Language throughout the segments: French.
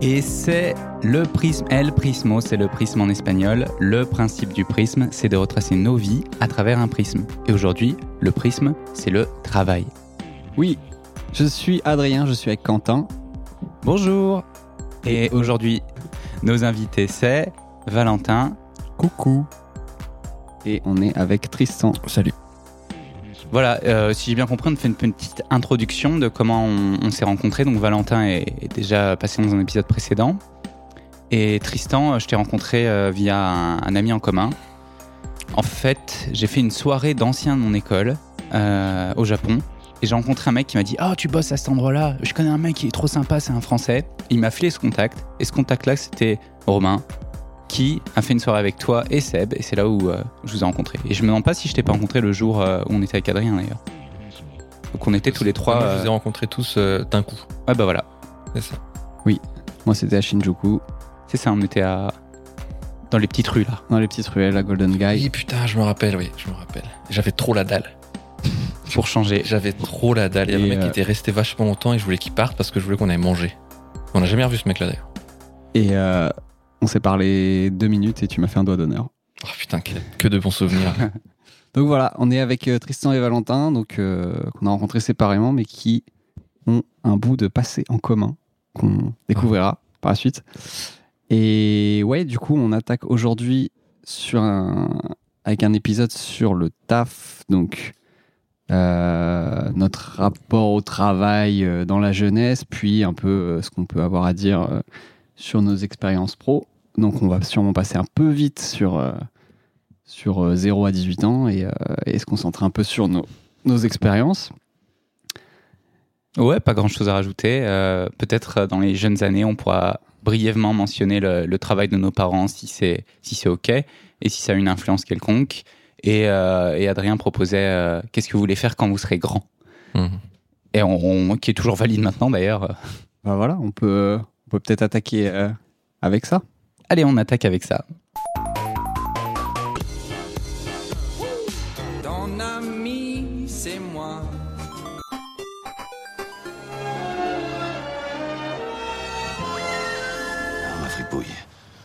Et c'est le prisme, El Prismo, c'est le prisme en espagnol. Le principe du prisme, c'est de retracer nos vies à travers un prisme. Et aujourd'hui, le prisme, c'est le travail. Oui, je suis Adrien, je suis avec Quentin. Bonjour Et aujourd'hui, nos invités, c'est Valentin. Coucou. Et on est avec Tristan. Salut. Voilà, euh, si j'ai bien compris, on fait une, une petite introduction de comment on, on s'est rencontrés. Donc Valentin est, est déjà passé dans un épisode précédent. Et Tristan, euh, je t'ai rencontré euh, via un, un ami en commun. En fait, j'ai fait une soirée d'anciens de mon école euh, au Japon. Et j'ai rencontré un mec qui m'a dit Ah, tu bosses à cet endroit-là. Je connais un mec qui est trop sympa, c'est un Français. Il m'a filé ce contact. Et ce contact-là, c'était Romain, qui a fait une soirée avec toi et Seb. Et c'est là où euh, je vous ai rencontré. Et je me demande pas si je t'ai pas rencontré le jour euh, où on était avec Adrien d'ailleurs. Donc on était tous les trois. Moi, Je euh, vous ai rencontrés tous euh, d'un coup. Ouais, bah voilà. C'est ça. Moi, c'était à Shinjuku, C'est ça, on était à. Dans les petites rues là. dans les petites ruelles à Golden Oui, Guy. putain, je me rappelle, oui, je me rappelle. J'avais trop la dalle. Pour changer. J'avais trop la dalle. Il y avait Et, un mec euh, qui était resté vachement longtemps et je voulais qu'il parte parce que je voulais qu'on aille manger. On n'a jamais revu ce mec-là d'ailleurs. Et euh, on s'est parlé deux minutes et tu m'as fait un doigt d'honneur. Oh putain, que, que de bons souvenirs. Donc voilà, on est avec euh, Tristan et Valentin, donc euh, qu'on a rencontrés séparément, mais qui ont un bout de passé en commun qu'on découvrira par la suite. Et ouais, du coup, on attaque aujourd'hui sur un, avec un épisode sur le taf, donc euh, notre rapport au travail euh, dans la jeunesse, puis un peu euh, ce qu'on peut avoir à dire euh, sur nos expériences pro. Donc on va sûrement passer un peu vite sur euh, sur euh, 0 à 18 ans et, euh, et se concentrer un peu sur nos, nos expériences. Ouais, pas grand chose à rajouter. Euh, Peut-être euh, dans les jeunes années, on pourra brièvement mentionner le, le travail de nos parents si c'est si c'est ok et si ça a une influence quelconque. Et, euh, et Adrien proposait euh, qu'est-ce que vous voulez faire quand vous serez grand Mhm. Et on, on- qui est toujours valide maintenant d'ailleurs. Euh, Bah voilà, on peut on peut peut-être attaquer euh, avec ça. Allez, on attaque avec ça. Ton ami, c'est moi. Ah, ma fripouille,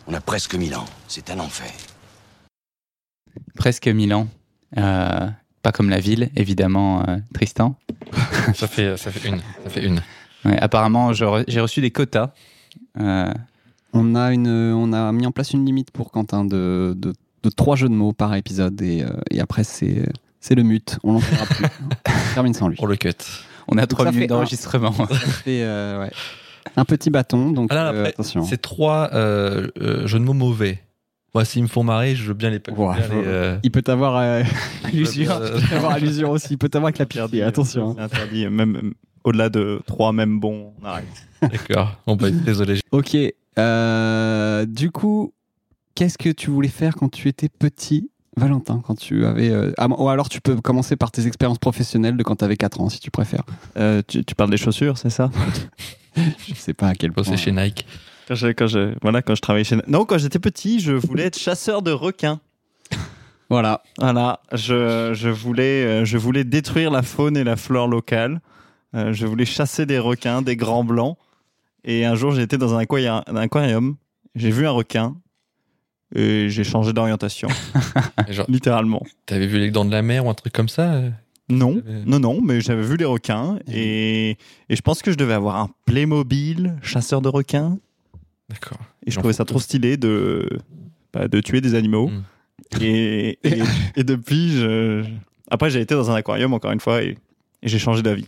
on a presque mille ans. C'est un enfer. Presque Milan. Euh, pas comme la ville, évidemment, euh, Tristan. ça, fait, euh, ça fait une. Ça fait une. Ouais, apparemment, je re- j'ai reçu des quotas. Euh, On a une on a mis en place une limite pour Quentin de de, de trois jeux de mots par épisode et, euh, et après c'est c'est le mute, on l'en fera plus. on termine sans lui. On le cut. on a Donc trois ça minutes fait un. d'enregistrement. Et, euh, ouais. Un petit bâton, donc Ah là, euh, après, attention. C'est trois euh, euh, jeux de mots mauvais. Moi, s'ils me font marrer, je veux bien les. Ouah, bien les, je- euh, Il peut t'avoir euh, L'usure. il peut t'avoir à l'usure aussi, il peut t'avoir avec la pitié, attention. C'est interdit, même au-delà de trois mêmes bons, on arrête. D'accord. Bon, bah, désolé. Ok. euh, du coup, qu'est-ce que tu voulais faire quand tu étais petit, Valentin quand tu avais, euh, ah, Ou alors tu peux commencer par tes expériences professionnelles de quand tu avais 4 ans, si tu préfères. Euh, tu, tu parles des chaussures, c'est ça Je sais pas à quel point. Bossé chez Nike. quand je, quand je- Voilà, quand je travaillais chez... Non, quand j'étais petit, je voulais être chasseur de requins. Voilà. Voilà, je, je voulais, euh, je voulais détruire la faune et la flore locale. Euh, je voulais chasser des requins, des grands blancs. Et un jour, j'étais dans un aqua- un aquarium, j'ai vu un requin et j'ai changé d'orientation, Et genre, littéralement. T'avais vu les dents de la mer ou un truc comme ça euh Non, J'avais- Hmm non, non, mais j'avais vu les requins et, et je pense que je devais avoir un Playmobil chasseur de requins D'accord. et je J'en trouvais fous ça trop stylé de, bah, de tuer des animaux. Mm. Et, et, et depuis, je... après j'ai été dans un aquarium encore une fois et, et j'ai changé d'avis.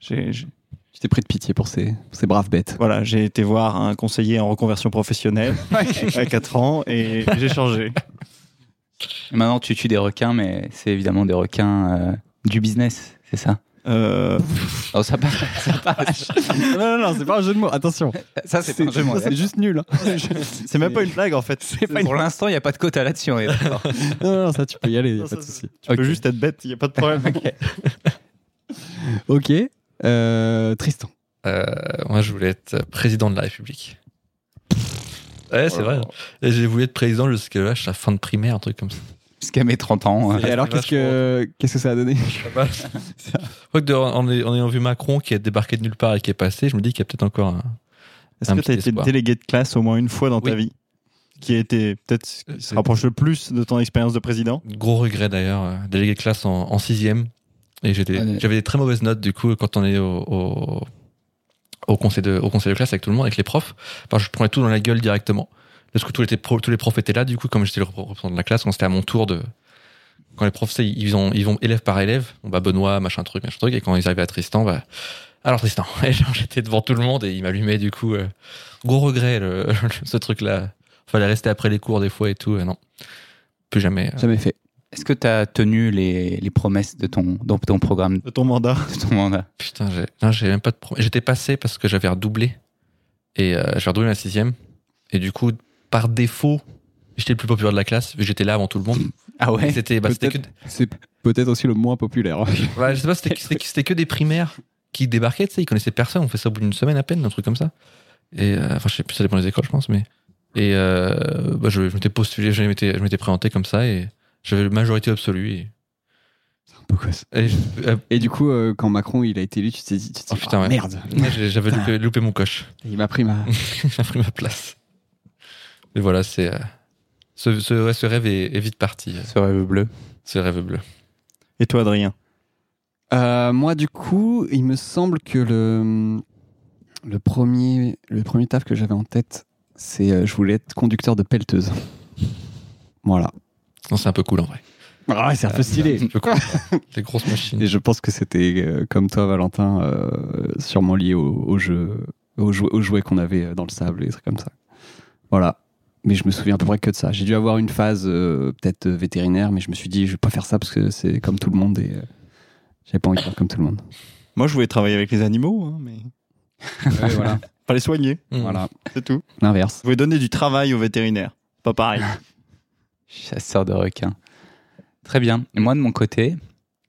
J'ai- j'ai- Tu t'es pris de pitié pour ces, pour ces braves bêtes. Voilà, j'ai été voir un conseiller en reconversion professionnelle à 4 ans et j'ai changé. Et Maintenant, tu tues des requins, mais c'est évidemment des requins euh, du business, c'est ça Euh, Oh, ça part. Ça, part. non, non, non, c'est pas un jeu de mots, attention. ça c'est pas un jeu, moi. c'est juste nul. hein. C'est même pas une blague en fait. C'est Pour l'instant, il n'y a pas de quota là-dessus. on est d'accord. Non, non, non, ça tu peux y aller, y a Non, pas ça, de ça, souci. Tu peux juste être bête, il n'y a pas de problème. Ok. euh, Tristan. Euh, moi, je voulais être président de la République. Ouais, c'est vrai. Et j'ai voulu être président jusqu'à là, la fin de primaire, un truc comme ça. Jusqu'à mes 30 ans. euh, Et alors, c'est qu'est-ce que, qu'est-ce que ça a donné Ah bah. Je crois que de- en, en ayant vu Macron qui est débarqué de nulle part et qui est passé, je me dis qu'il y a peut-être encore un, Est-ce Un que tu as petit été espoir. délégué de classe au moins une fois dans ta Oui. vie Qui a été peut-être ce qui se C'est- rapproche le plus de ton expérience de président Gros regret d'ailleurs, euh, délégué de classe en, en sixième. Et j'étais- Ouais. j'avais des très mauvaises notes du coup quand on est au, au, au conseil de, au conseil de classe avec tout le monde, avec les profs. Enfin, je prenais tout dans la gueule directement. Parce que tous les, pro- tous les profs étaient là, du coup, comme j'étais le repr- représentant de la classe, quand c'était à mon tour de. Quand les profs, tu sais, ils, ont, ils vont élève par élève, on bat Benoît, machin truc, machin truc, et quand ils arrivaient à Tristan, bah. Alors Tristan, Et genre, j'étais devant tout le monde et il m'allumait du coup. euh, gros regret, le- ce truc-là. Fallait rester après les cours des fois et tout, et non. Plus jamais. euh, Jamais fait. Est-ce que tu as tenu les, les promesses de ton, dans ton programme, de ton mandat de ton mandat Putain, j'ai- non, j'ai même pas de problème. J'étais passé parce que j'avais redoublé. Et euh, j'ai redoublé ma sixième. Et du coup, par défaut, j'étais le plus populaire de la classe, vu que j'étais là avant tout le monde. Ah Et ouais C'était bah, c'était que, peut-être. C'est peut-être aussi le moins populaire. ouais, je sais pas, c'était- c'était c'était que des primaires qui débarquaient, tu sais, ils connaissaient personne. On fait ça au bout d'une semaine à peine, un truc comme ça. Et euh, enfin, je sais plus, ça dépend des écoles, je pense, mais. Et euh, bah, je, je m'étais postulé, je m'étais je m'étais présenté comme ça et j'avais la majorité absolue. Et, et je- euh, Et du coup, euh, quand Macron il a été élu, tu t'es dit, tu t'es dit, Oh, putain, ah, ouais. merde, moi, j'ai- j'avais loupé- loupé mon coche. il m'a pris ma. j'ai pris ma place. Mais voilà, c'est euh, ce, ce, ouais, ce rêve est, est vite parti, euh, Ce rêve bleu. ce rêve bleu. Et toi, Adrien Euh, moi, du coup, il me semble que le, le, premier, le premier taf que j'avais en tête, c'est euh, je voulais être conducteur de pelleteuse. Voilà. Non, c'est un peu cool en vrai. Ah, c'est un peu stylé. Un peu cool. Les grosses machines. Et je pense que c'était euh, comme toi, Valentin, euh, sûrement lié au, au jeu, au jou- aux jouets qu'on avait euh, dans le sable et des trucs comme ça. Voilà. Mais je me souviens à peu près que de ça. J'ai dû avoir une phase euh, peut-être euh, vétérinaire, mais je me suis dit, je vais pas faire ça parce que c'est comme tout le monde et euh, j'avais pas envie de faire comme tout le monde. Moi, je voulais travailler avec les animaux, hein, mais voilà. pas les soigner, Mm. voilà. c'est tout. L'inverse. Je voulais donner du travail aux vétérinaires. Pas pareil. Chasseur de requins. Très bien. Et moi, de mon côté,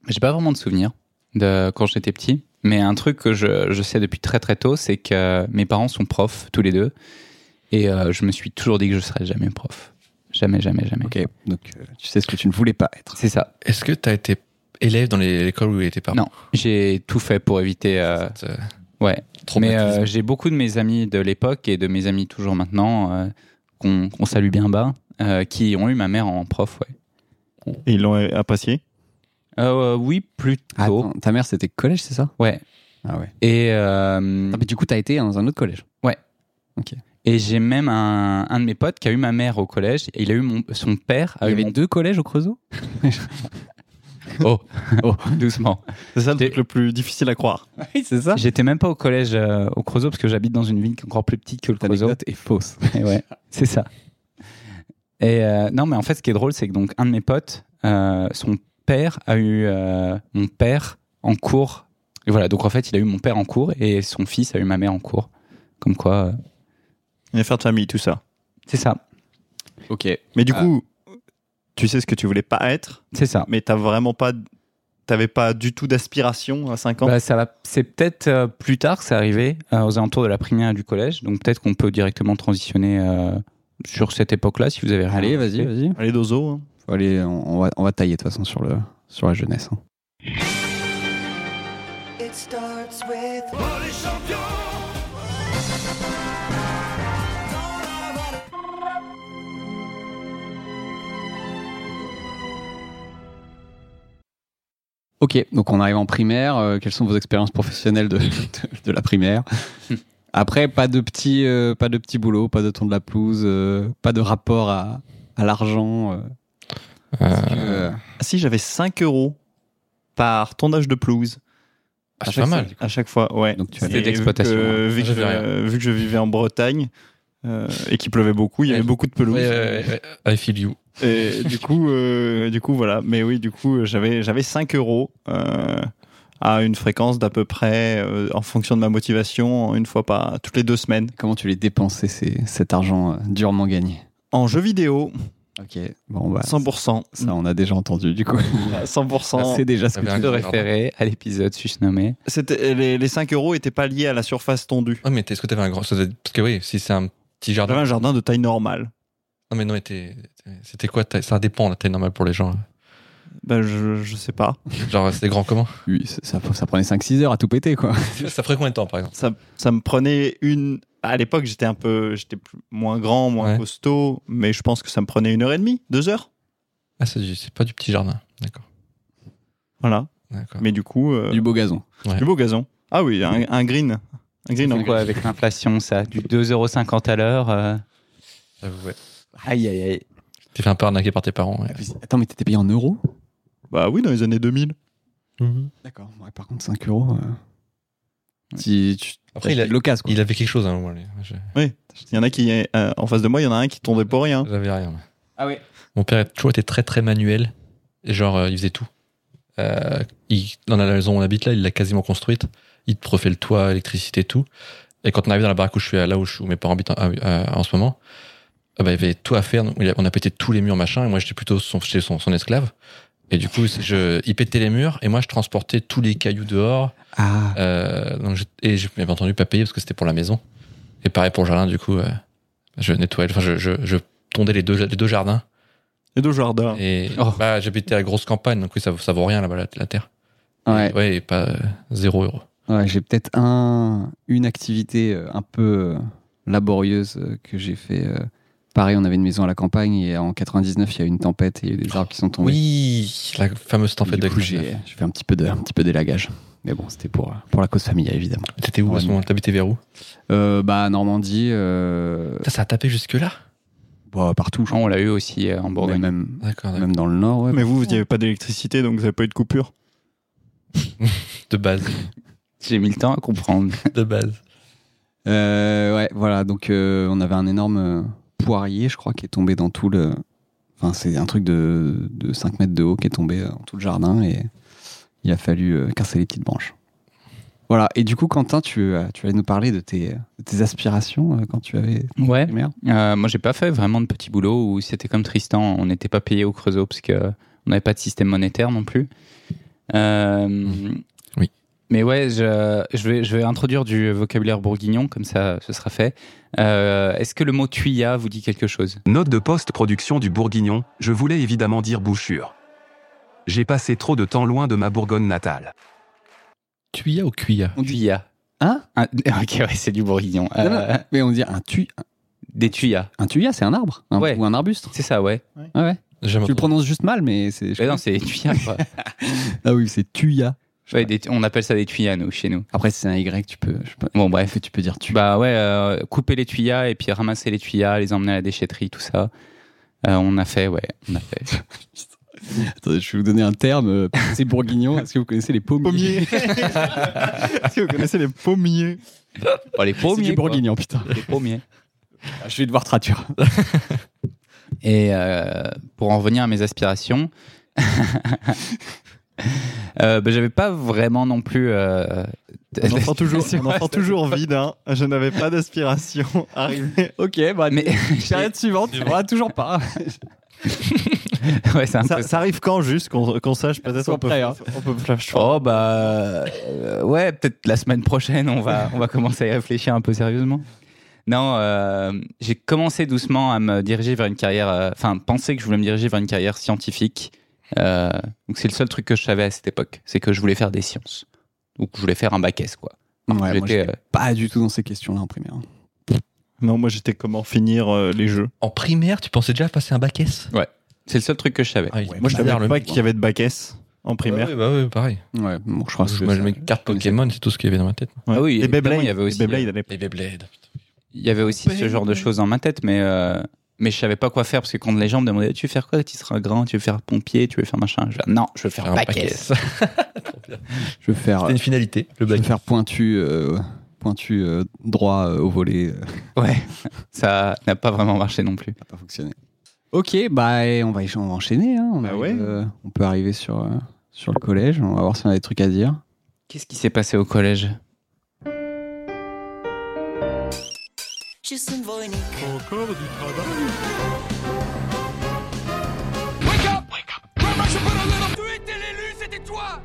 j'ai pas vraiment de souvenirs de quand j'étais petit. Mais un truc que je, je sais depuis très très tôt, c'est que mes parents sont profs, tous les deux. Et euh, je me suis toujours dit que je serais jamais prof. Jamais, jamais, jamais. Ok, donc euh, tu sais ce que tu ne voulais pas être. C'est ça. Est-ce que tu as été élève dans les- l'école où il était parents Non, j'ai tout fait pour éviter. euh, Euh, ouais. Mais traumatisme. euh, j'ai beaucoup de mes amis de l'époque et de mes amis toujours maintenant, euh, qu'on qu'on salue bien bas, euh, qui ont eu ma mère en prof. Ouais. Et ils l'ont apprécié. Euh, oui, plutôt. Attends, ta mère c'était collège, c'est ça Ouais. Ah ouais. Et, euh, mais du coup, t'as été dans un autre collège. et j'ai même un, un de mes potes qui a eu ma mère au collège. Et il a eu mon, son père. A Il y eu avait mon... deux collèges au Creusot Oh, oh, doucement. C'est ça le J'ai- truc le plus difficile à croire. Oui, c'est ça. J'étais même pas au collège euh, au Creusot parce que j'habite dans une ville qui est encore plus petite que le Cette Creusot. anecdote est fausse. Et ouais, c'est ça. Et euh, non, mais en fait, ce qui est drôle, c'est que donc un de mes potes, euh, son père a eu euh, mon père en cours. Et voilà, donc en fait, il a eu mon père en cours et son fils a eu ma mère en cours. Comme quoi, euh, Une affaire de famille, tout ça. c'est ça, Ok. Mais du Ah. coup, tu sais ce que tu voulais pas être, c'est ça. mais t'as vraiment pas, t'avais pas du tout d'aspiration à 5 ans. Bah, ça va, c'est peut-être euh, plus tard, c'est arrivé euh, aux alentours de la primaire et du collège. Donc peut-être qu'on peut directement transitionner euh, sur cette époque-là, si vous avez rien. Allez, vas-y, vas-y. Allez, dozo. hein. Faut aller, on, on va, on va tailler de toute façon sur, le, sur la jeunesse. hein. Ok, donc on arrive en primaire. euh, quelles sont vos expériences professionnelles de, de- de la primaire Après, pas de petits, euh, pas de petits boulots, pas de ton de la pelouse, euh, pas de rapport à, à l'argent. euh, Euh, que, euh, Ah, si, j'avais 5 euros par tondage de pelouse. ah, c'est pas mal. À chaque fois, ouais. Donc tu C'était Et vu d'exploitation, hein. que- Vu, que J'avais je- rien. vu que je vivais en Bretagne euh, et qu'il pleuvait beaucoup, il y Ouais. avait beaucoup de pelouse. Ouais, ouais, ouais, ouais. I feel you. Et du coup, euh, du coup, voilà. Mais oui, du coup, euh, j'avais j'avais 5 euros euh, à une fréquence d'à peu près, euh, en fonction de ma motivation, une fois par toutes les deux semaines. Comment tu les dépensais ces- cet argent euh, durement gagné En jeu vidéo, Ok, bon bah 100%. ça on a déjà entendu du coup. C'est 100%. déjà ce que Ah, tu De bien. référer à l'épisode, suis-je nommé C'était les, les 5 euros étaient pas liés à la surface tondue. Ouais, mais t'es- est-ce que t'avais un grand. ça doit être- Parce que oui, si c'est un petit jardin. J'avais un jardin de taille normale. Non, mais non, mais t'es- t'es- c'était quoi ta- Ça dépend, la taille normale pour les gens. hein. Ben, je, je sais pas. Genre, c'était grand comment Oui, ça, ça- ça prenait 5-6 heures à tout péter quoi. Ça ferait combien de temps, par exemple Ça, ça me prenait une à l'époque, j'étais un peu, j'étais plus- moins grand, moins Ouais. costaud, mais je pense que ça me prenait une heure et demie, deux heures. Ah, c'est du- c'est pas du petit jardin. D'accord. Voilà. D'accord. Mais du coup, euh, Du beau gazon. Ouais. du beau gazon. Ah oui, un, un green. Un green en Donc, ouais, avec l'inflation, ça, du 2,50€ à l'heure. euh, J'avoue, ouais. Aïe, aïe, aïe. T'es fait un peu arnaquer par tes parents. ouais. Attends, mais t'étais payé en euros Bah oui, dans les années 2000. Mhm. D'accord. Ouais, par contre, 5 euros. euh, Si tu. Après, il, a- t'as de l'occasion, quoi. il avait quelque chose. Hein, moi, lui. Je- Il y en a qui, euh, en face de moi, il y en a un qui tombait pour rien. J'avais rien. moi. Ah oui. Mon père a toujours été très très manuel. Et Genre, euh, il faisait tout. Euh, il, dans la maison où on habite là, il l'a quasiment construite. Il te refait le toit, l'électricité, tout. Et quand on arrive dans la baraque où je suis, là où, je- où mes parents habitent en, ah oui, euh, en ce moment, euh, bah, il avait tout à faire. Donc, il a- On a pété tous les murs, machin. Et moi, j'étais plutôt son, chez son, son esclave. Et du coup, c'est- je, il pétait les murs et moi, je transportais tous les cailloux dehors. Ah. Euh, donc je- et j'ai bien entendu pas payer parce que c'était pour la maison. Et pareil pour le jardin, du coup, euh, je nettoyais, enfin, je, je, je tondais les deux, les deux jardins. Les deux jardins. Et Oh. bah, j'habitais à la grosse campagne, donc oui, ça, vaut- ça vaut rien là-bas, la, la terre. Ouais. Et, et pas euh, zéro euro. Ouais, j'ai peut-être un, une activité euh, un peu euh, laborieuse euh, que j'ai fait. euh, Pareil, on avait une maison à la campagne et en 99, il y a eu une tempête et il y a eu des arbres qui sont tombés. Oui, la fameuse tempête de du coup, j'ai j'ai fait un petit peu de, un petit peu d'élagage. Mais bon, c'était pour, euh, pour la cause familiale, évidemment. T'étais où à ce Ouais. moment T'habitais vers où Euh, bah, Normandie, euh, Ça, ça a tapé jusque-là bah, partout, je crois. On l'a eu aussi euh, en Mais Bourgogne. même, D'accord, d'accord. même dans le Nord, ouais. Mais vous, vous n'avez pas d'électricité, donc vous n'avez pas eu de coupure. De base. J'ai mis le temps à comprendre. de base. Euh, ouais, voilà. Donc, euh, on avait un énorme euh, poirier, je crois, qui est tombé dans tout le. Enfin, c'est un truc de, de 5 mètres de haut qui est tombé euh, dans tout le jardin et il a fallu euh, casser les petites branches. Voilà. Et du coup, Quentin, tu, euh, tu allais nous parler de tes, de tes aspirations euh, quand tu avais. Ouais. primaire. Euh, moi, j'ai pas fait vraiment de petits boulots où c'était comme Tristan, on n'était pas payé au Creusot parce que on n'avait pas de système monétaire non plus. Euh, Oui. Mais ouais, je, je vais, je vais introduire du vocabulaire bourguignon, comme ça, ce sera fait. Euh, Est-ce que le mot tuya vous dit quelque chose Note de post-production du Bourguignon, je voulais évidemment dire bouchure. J'ai passé trop de temps loin de ma Bourgogne natale. Tuya ou cuya Tuya. Hein Un- ok, ouais, c'est du bourguignon. Non, non, Euh, Mais on dit un, tu, des tuyas. un tuya, c'est un arbre un- Ouais. ou un arbuste. C'est ça, ouais. Ouais, ouais. Jamais Tu le entendu. prononces juste mal, mais c'est. je Mais non, crois- c'est tuyas, quoi. Ah oui, c'est tuya. Ouais, des- on appelle ça des tuyas, nous, chez nous. Après, si c'est un Y, tu peux. Je sais pas, Bon, bref. tu peux dire tu. Bah ouais, euh, couper les tuyas et puis ramasser les tuyas, les emmener à la déchetterie, tout ça. Euh, on a fait, ouais, on a fait. Bah, Attendez, je vais vous donner un terme. euh, C'est bourguignon. Est-ce que vous connaissez les pommiers Pommier. Est-ce que vous connaissez les pommiers Bon, Oh, les C'est pommiers. du quoi. bourguignon, putain. Les pommiers. Ah, Je vais devoir traduire. Et euh, pour en revenir à mes aspirations, euh, bah, j'avais pas vraiment non plus. euh, On en prend toujours, C'est on en vrai, prend toujours vide. hein. Je n'avais pas d'aspiration arrivée. Ok, bah, Mais période suivante, on va toujours pas. hein, ouais, c'est un Ça, peu ça arrive quand juste qu'on qu'on sache peut-être Sois on peut, prêt, hein. on peut flash Oh bah euh, ouais, peut-être la semaine prochaine, on va on va commencer à y réfléchir un peu sérieusement. Non, euh, j'ai commencé doucement à me diriger vers une carrière, euh, enfin penser que je voulais me diriger vers une carrière scientifique. Euh, donc c'est le seul truc que je savais à cette époque, c'est que je voulais faire des sciences. Donc je voulais faire un bac S quoi. Ouais, moi, J'étais, euh, j'étais euh, pas du tout dans ces questions-là en primaire. hein. Non, moi j'étais comment finir euh, les jeux. En primaire, tu pensais déjà passer un bac S euh, c'est le seul truc que je savais. Ah, il est Moi je bizarre, savais le pas mec. qu'il y avait de bac S en primaire. Ouais, bah ouais, pareil. Ouais, bon, je crois que Moi, ça- je mets carte connaissais Pokémon, c'est tout ce qu'il y avait dans ma tête. Ah oui, les évidemment, Beyblade, il y avait les aussi, Beyblade euh, à l'époque. Les Beyblade. Il y avait aussi ce genre de choses dans ma tête, mais euh, mais je savais pas quoi faire parce que quand les gens me demandaient tu veux faire quoi, tu seras grand, tu veux faire pompier, tu veux faire machin, je dis non, je veux faire bac S. Je vais faire, euh, C'était une finalité, le je vais bac. faire pointu, euh, pointu euh, droit euh, au volet. euh, Ouais, ça n'a pas vraiment marché non plus. ça a pas fonctionné. Ok, bah, et on va, éch- on va enchaîner. hein. On, Bah arrive, ouais. euh, on peut arriver sur, euh, sur le collège. On va voir si on a des trucs à dire. Qu'est-ce qui s'est passé au collège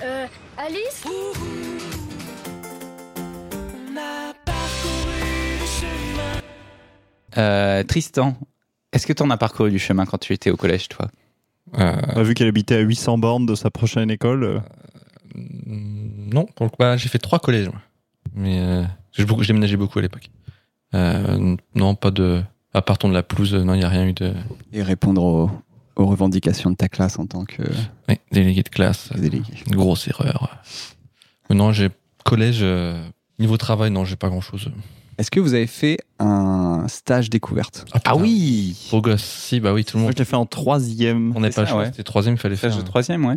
Euh, Alice Euh, Tristan, est-ce que tu en as parcouru du chemin quand tu étais au collège, toi Euh, Ah, vu qu'elle habitait à 800 bornes de sa prochaine école, euh, Ah, Mm, Non, pour le coup, bah, j'ai fait trois collèges, moi. Mais euh, j'ai beaucoup- j'ai déménagé beaucoup à l'époque. Euh, non, pas de. À part ton de la pelouse, euh, non, il n'y a rien eu de. Et répondre aux, aux revendications de ta classe en tant que Oui, délégué de classe. que délégué. Une grosse erreur. Mais non, j'ai collège, euh, niveau travail, non, j'ai pas grand chose. Est-ce que vous avez fait un stage découverte Ah oui Beau gosse, si, bah oui, tout le Moi, monde. je l'ai fait en troisième. On n'est c'est pas, ça, je crois ouais. que c'était troisième, il fallait faire. Stage de troisième, ouais.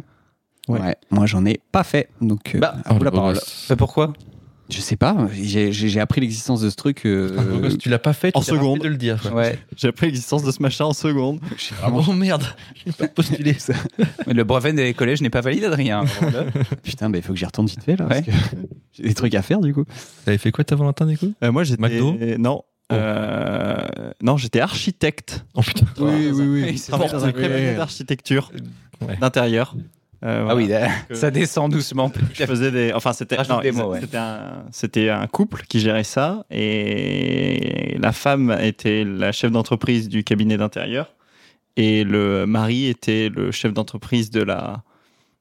ouais. Moi, j'en ai pas fait. Donc, euh, Bah, à Oh, vous le la beau parole. gosse. Bah, pourquoi Je sais pas. J'ai- J'ai j'ai appris l'existence de ce truc. euh, Ah, Le beau gosse, tu l'as pas fait, tu en t'es rappelé seconde. de le dire. quoi. Ouais. J'ai appris l'existence de ce machin en seconde. Ah bon, merde, j'ai pas postulé. Mais le brevet des collèges n'est pas valide, Adrien. Putain, mais il faut que j'y retourne vite fait là. parce Ouais. que J'ai des trucs à faire du coup. T'avais fait quoi, ta Valentin, du coup Euh, moi, j'étais. McDo Non. Oh. Euh, Non, j'étais architecte. Oh putain. Oui, oui, oui. Il Je s'est travaillais porté. dans un oui, cabinet oui. d'architecture Ouais. d'intérieur. Euh, Ah oui, voilà. ça descend doucement. je faisais des. Enfin, c'était. Rajoute non, des mots, ouais. C'était un, c'était un couple qui gérait ça et la femme était la chef d'entreprise du cabinet d'intérieur et le mari était le chef d'entreprise de la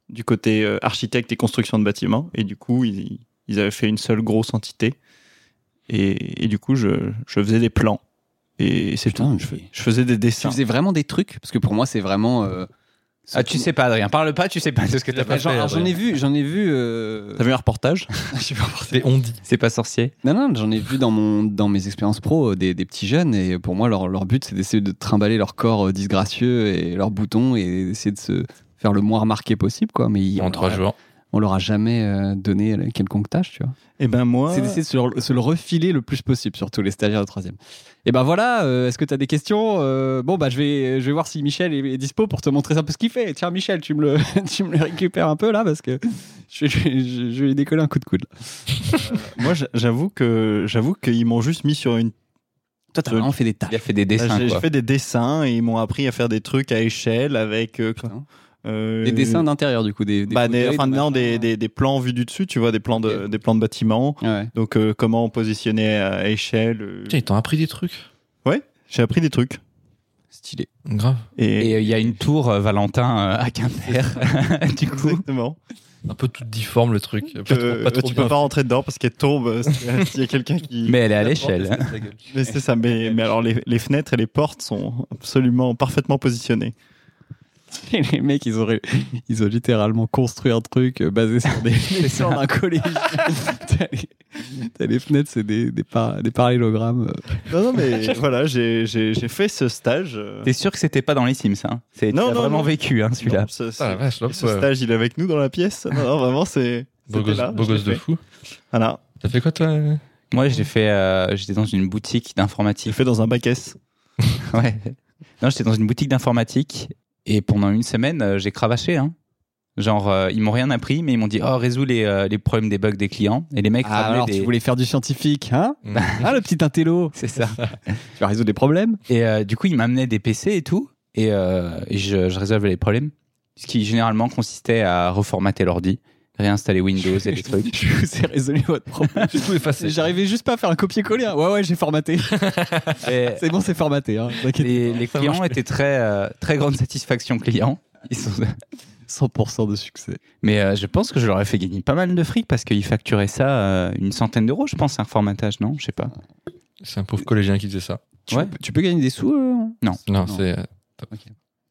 du côté euh, architecte et construction de bâtiments et du coup ils, ils avaient fait une seule grosse entité et, et du coup je, je faisais des plans et c'est Putain, tout. mais- Je, fais- je faisais des Tu dessins. faisais vraiment des trucs Parce que pour moi, c'est vraiment. euh, Ah, tu sais pas, Adrien. Parle pas, tu sais pas de ce que t'as pas pas fait, fait. Genre, j'en ai vu, j'en ai vu. euh, T'as vu un reportage Des on dit. C'est pas sorcier. Non, non, j'en ai vu dans, mon, dans mes expériences pro euh, des, des petits jeunes et pour moi, leur, leur but, c'est d'essayer de trimballer leur corps euh, disgracieux et leurs boutons et d'essayer de se faire le moins remarqué possible, quoi. Mais ils- En trois leur a- jours. on leur a jamais euh, donné quelconque tâche, tu vois. Eh ben moi. C'est d'essayer de se le, se le refiler le plus possible, surtout les stagiaires de troisième. Et ben voilà, euh, est-ce que tu as des questions Euh, Bon, bah je vais, je vais voir si Michel est, est dispo pour te montrer un peu ce qu'il fait. Tiens, Michel, tu me le, tu me le récupères un peu là parce que je, je- je- je vais lui décoller un coup de coude. Moi, j'a- j'avoue que j'avoue qu'ils m'ont juste mis sur une. Toi, t'as vraiment fait des tâches. Il a fait des Bah, dessins, J'ai j'ai quoi. fait des dessins et ils m'ont appris à faire des trucs à échelle avec. euh, Putain. euh, Des dessins d'intérieur, du coup. Des, des bah, des, fauteuils, enfin, non, machins. des, des, des plans vus du dessus, tu vois, des plans de, des plans de bâtiments. Ouais. Donc, euh, comment positionner à échelle. euh. Putain, ils t'ont appris des trucs. Ouais, j'ai appris des trucs. Stylé. Grave. Et, Et euh, il y a une tour euh, Valentin euh, à Quimper, du coup. Exactement. Un peu tout difforme, le truc. Pas Que- trop, pas trop Euh, tu bien. peux pas rentrer dedans parce qu'elle tombe. euh, S'il y a quelqu'un qui. Mais elle est à l'échelle. Mais c'est ça. Mais, mais alors, les, les fenêtres et les portes sont absolument parfaitement positionnées. Et les mecs, ils, auraient, ils ont littéralement construit un truc euh, basé sur des dessins d'un collège. T'as les- T'as les fenêtres, c'est des, des, par- des parallélogrammes. euh. Non, non, mais voilà, j'ai j'ai- j'ai fait ce stage. euh, T'es sûr que c'était pas dans les Sims, hein C'est tu Non, l'as non, vraiment non. vécu, hein, celui-là. Non, ce- ce- Ah la vache, là, ce ouais. stage, il est avec nous dans la pièce. Non, non, vraiment, c'est. Beau c'était gosse, là, beau je l'ai gosse de fait. fou. Voilà. T'as fait quoi, toi euh Moi, j'ai fait. euh, j'étais dans une boutique J'ai d'informatique. fait dans un bac S. Ouais. Non, j'étais dans une boutique d'informatique et pendant une semaine, euh, j'ai cravaché. Hein. Genre, euh, ils m'ont rien appris, mais ils m'ont dit Oh, résous les, euh, les problèmes des bugs des clients. Et les mecs Ah, ramenaient alors, des- tu voulais faire du scientifique, hein Mm. Ah, le petit intello C'est ça. Tu vas résoudre des problèmes Et euh, du coup, ils m'amenaient des PC et tout. Et, euh, et je, je résolvais les problèmes. Ce qui généralement consistait à reformater l'ordi, réinstaller Windows et des trucs. Je vous ai résolu votre problème. J'ai tout effacé. J'arrivais juste pas à faire un copier-coller. hein. Ouais, ouais, j'ai formaté. Et C'est bon, c'est formaté. Hein. T'inquiète. les, les clients étaient très, euh, très grande satisfaction client. Ils sont, 100% de succès. Mais euh, je pense que je leur ai fait gagner pas mal de fric parce qu'ils facturaient ça euh, une centaine d'euros, je pense, un formatage, non Je sais pas. C'est un pauvre collégien qui faisait ça. Tu, Ouais. peux- tu peux gagner des sous euh Non, Non. c'est. euh, Ok.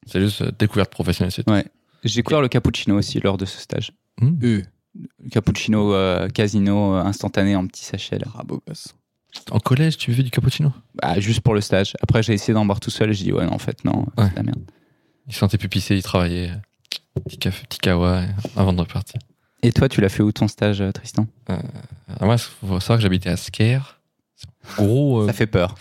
C'est juste euh, découverte professionnelle, c'est tout. J'ai découvert le cappuccino aussi lors de ce stage. Euh, Mmh. Le cappuccino euh, casino euh, instantané en petit sachet, là. Ah, beau gosse. En collège, tu buvais du cappuccino Bah, juste pour le stage. Après, j'ai essayé d'en boire tout seul et j'ai dit, ouais, non, en fait, non, Ouais. c'est de la merde. Il sentait plus pisser, il travaillait. euh, Petit café, petit kawa euh, avant de repartir. Et toi, tu l'as fait où ton stage, euh, Tristan Alors Euh, moi, faut savoir que j'habitais à Sker. Gros, euh, Ça fait peur.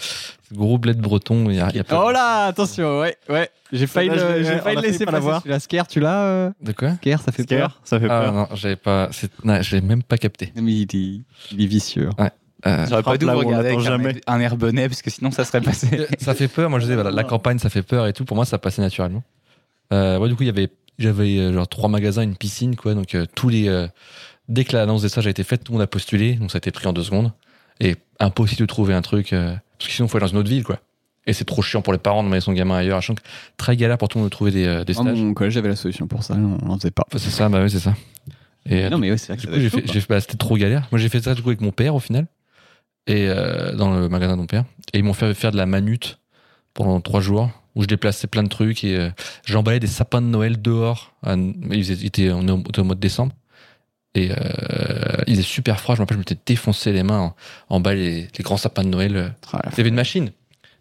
gros bled breton. Il y a, il y a pas- Oh là, attention, ouais, ouais. J'ai failli Là, je le l'ai- j'ai failli on a le failli laisser pas la passer. voir. Celui-là, Scare, tu l'as euh De quoi Scare, ça fait Scare, peur. ça fait Ah peur. non, j'avais pas. c'est- non, je l'ai même pas capté. Mais il est, il est vicieux. hein. Euh, J'aurais pas frappe dû là vous où on regarder avec l'attend un, jamais. un air bonnet parce que sinon, ça serait passé. ça fait peur. Moi, je disais, voilà, la campagne, ça fait peur et tout. Pour moi, ça passait naturellement. Euh, ouais, du coup, il y avait, j'avais euh, genre trois magasins, une piscine, quoi. Donc, euh, tous les, euh, dès que l'annonce des stages a été faite, tout le monde a postulé. Donc, ça a été pris en deux secondes. Et impossible de trouver un truc, euh, parce que sinon, il faut aller dans une autre ville, quoi. Et c'est trop chiant pour les parents de mener son gamin ailleurs. Sachant que très galère pour tout le monde de trouver des, euh, des Moi, stages. Ah, mon collège j'avais la solution pour ça, on l'en faisait pas. Enfin, c'est ça, bah oui, c'est ça. Et euh, Non, mais ouais, c'est vrai que du ça coup, doit j'ai être chaud, fait, j'ai fait- bah, c'était trop galère. Moi, j'ai fait ça du coup avec mon père au final. et euh, dans le magasin de mon père. Et ils m'ont fait faire de la manute pendant trois jours où je déplaçais plein de trucs et euh, j'emballais des sapins de Noël dehors. À- ils faisaient- ils étaient, on est au- on était au mois de décembre. Et euh, il faisait super froid. Je me rappelle, je m'étais défoncé les mains en, en bas les, les grands sapins de Noël. euh, Ah, la il y avait une machine.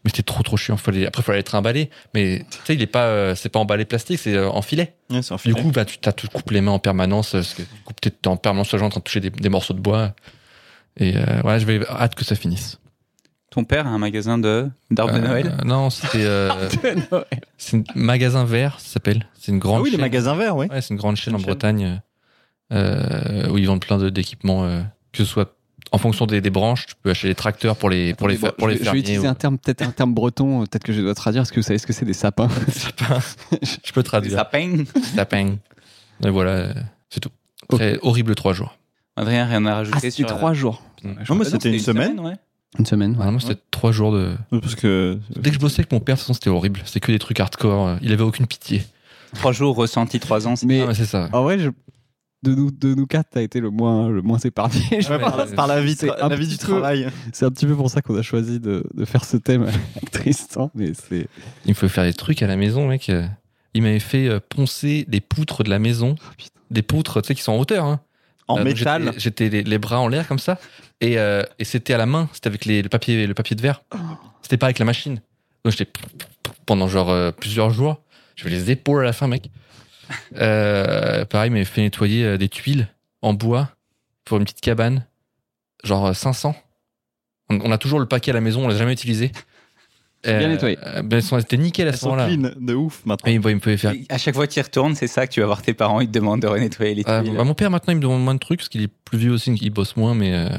Mais c'était trop trop chiant. Fallait, après, il fallait être emballé. Mais tu sais, il est pas, euh, c'est pas emballé plastique, c'est euh, en filet. Ouais, c'est un Du filet. coup, bah, tu t'as- tu te coupes les mains en permanence. euh, Parce que tu coupes- t'es t'es en permanence les gens en train de toucher des, des morceaux de bois. Et euh, voilà, je vais hâte que ça finisse. Ton père a un magasin de d'arbres de Euh, Noël euh, Non, c'était. euh, c'est un magasin vert, ça s'appelle. C'est une grande Ah oui, les chaîne. magasins verts, oui. Ouais, c'est une grande chaîne en Une chaîne. Bretagne euh, euh, où ils vendent plein de- d'équipements, euh, que ce soit en fonction des, des branches. Tu peux acheter des tracteurs pour les, pour les, Attendez, fer- pour je, les vais- je vais fermiers. utiliser ou- un terme, peut-être un terme breton, euh, peut-être que je dois traduire. Est-ce que vous savez ce que c'est des sapins sapins. Je peux Des traduire. sapins Sapin. Et voilà, euh, c'est tout. Très horrible trois jours. Adrien, rien à rajouter c'est sur la- Ah, Ah, trois jours. Non, mais c'était une semaine. ouais. Une semaine, ouais. Vraiment, c'était trois jours de. Parce que Dès que je bossais avec mon père, de toute façon, c'était horrible. C'était que des trucs hardcore. euh, Il avait aucune pitié. Trois jours ressentis, trois ans. c'est- Mais Ah, mais c'est ça. en vrai, je- de, nous, de nous quatre, t'as été le moins, le moins épargné. Ouais, par, mais- par la vie, c'est tra- un la vie petit du peu- travail. C'est un petit peu pour ça qu'on a choisi de, de faire ce thème avec Tristan. Mais c'est. Il me faut faire des trucs à la maison, mec. Euh, Il m'avait fait euh, poncer des poutres de la maison. Oh, putain. Des poutres, tu sais, qui sont en hauteur. hein. En Euh, donc métal. j'étais- J'étais les, les bras en l'air comme ça. Et, euh, et c'était à la main. C'était avec les- le, papier, le papier de verre. C'était pas avec la machine. Donc j'étais pendant genre euh, plusieurs jours. J'avais les épaules à la fin, mec. Euh, pareil, mais fait nettoyer euh, des tuiles en bois pour une petite cabane. Genre euh, 500. On, on a toujours le paquet à la maison, on l'a jamais utilisé. Bien nettoyé. euh, ben, elles sont- c'était nickel à Elles ce sont moment-là. clean de ouf maintenant. Et il me- il me pouvait faire À chaque fois qu'il retourne, c'est ça que tu vas voir tes parents, ils te demandent de renettoyer les Ah, tuiles. bah, mon père maintenant il me demande moins de trucs parce qu'il est plus vieux aussi, il bosse moins, mais euh,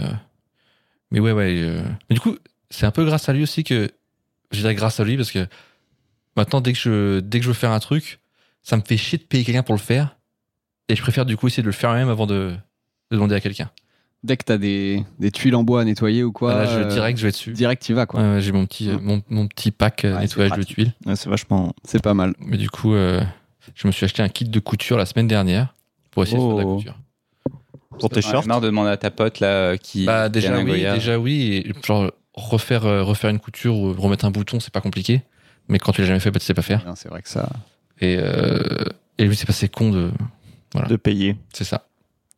mais ouais ouais. euh, Mais du coup, c'est un peu grâce à lui aussi que je dirais grâce à lui parce que maintenant dès que je dès que je veux faire un truc, ça me fait chier de payer quelqu'un pour le faire et je préfère du coup essayer de le faire moi-même avant de, de demander à quelqu'un. Dès que t'as des, des tuiles en bois à nettoyer ou quoi. Ah, Là, je euh, direct, je vais dessus. Direct, tu y vas, quoi. Ouais, ouais, j'ai mon petit euh, mon, mon petit pack euh, Ouais, c'est nettoyage de pratique. tuiles. Ouais, c'est vachement. C'est pas mal. Mais du coup, euh, je me suis acheté un kit de couture la semaine dernière pour essayer de faire de la Oh. couture. Pour tes J'en ai shorts. marre de demander à ta pote là euh, qui. Bah qui a déjà un oui, Goya. déjà oui, et genre refaire euh, refaire une couture ou remettre un bouton, c'est pas compliqué. Mais quand tu l'as jamais fait, bah, tu sais pas faire. Non, C'est vrai que ça. Et euh, et lui c'est passé con de De payer. c'est ça.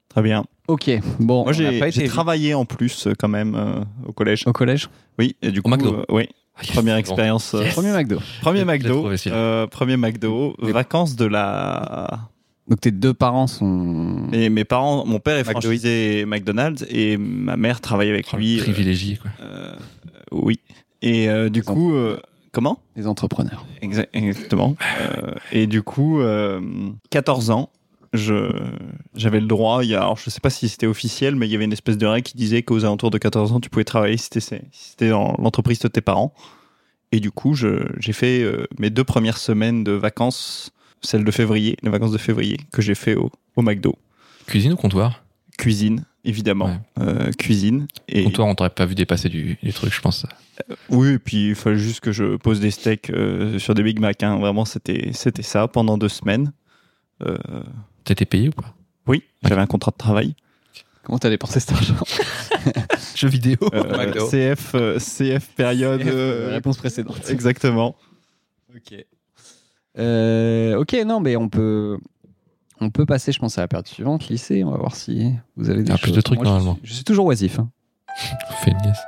Très bien. Ok, bon. Moi, j'ai pas été j'ai vite. travaillé en plus euh, quand même euh, au collège. Au collège Oui, et du coup. McDo. euh, oui, Ah, première expérience. euh, Yes. Premier McDo. Premier Je l'ai McDo. trouvé, celui-là. euh, Premier McDo. Mais- Vacances de la. Donc tes deux parents sont. Et mes parents, mon père est McDo. franchisé McDonald's et ma mère travaillait avec Oh, lui. euh, privilégié quoi. euh, oui. Et euh, du Ils ont- coup, euh, comment Des entrepreneurs. Exa- Exactement. Euh, et du coup, euh, 14 ans, je j'avais le droit. Il y a, alors je sais pas si c'était officiel, mais il y avait une espèce de règle qui disait qu'aux alentours de 14 ans, tu pouvais travailler si c'était si c'était dans l'entreprise de tes parents. Et du coup, je- j'ai fait euh, mes deux premières semaines de vacances, celles de février, les vacances de février que j'ai fait au, au McDo. Cuisine ou comptoir Cuisine, évidemment, Ouais. Euh, cuisine. Et Comptoir, on t'aurait pas vu dépasser du, du truc, je pense. oui, et puis il fallait juste que je pose des steaks euh, sur des Big Mac. hein. Vraiment, c'était c'était ça pendant deux semaines. Euh, T'étais payé ou pas Oui, j'avais un contrat de travail. Comment t'as dépensé cet argent Jeux vidéo. Euh, McDo. CF, euh, CF période. euh, Réponse précédente. exactement. Euh, ok, non, mais on peut, on peut passer, je pense, à la période suivante, lycée. On va voir si vous avez des Ah, choses. plus de trucs, Moi, je normalement. suis- Je suis, toujours oisif. hein. Feignasse.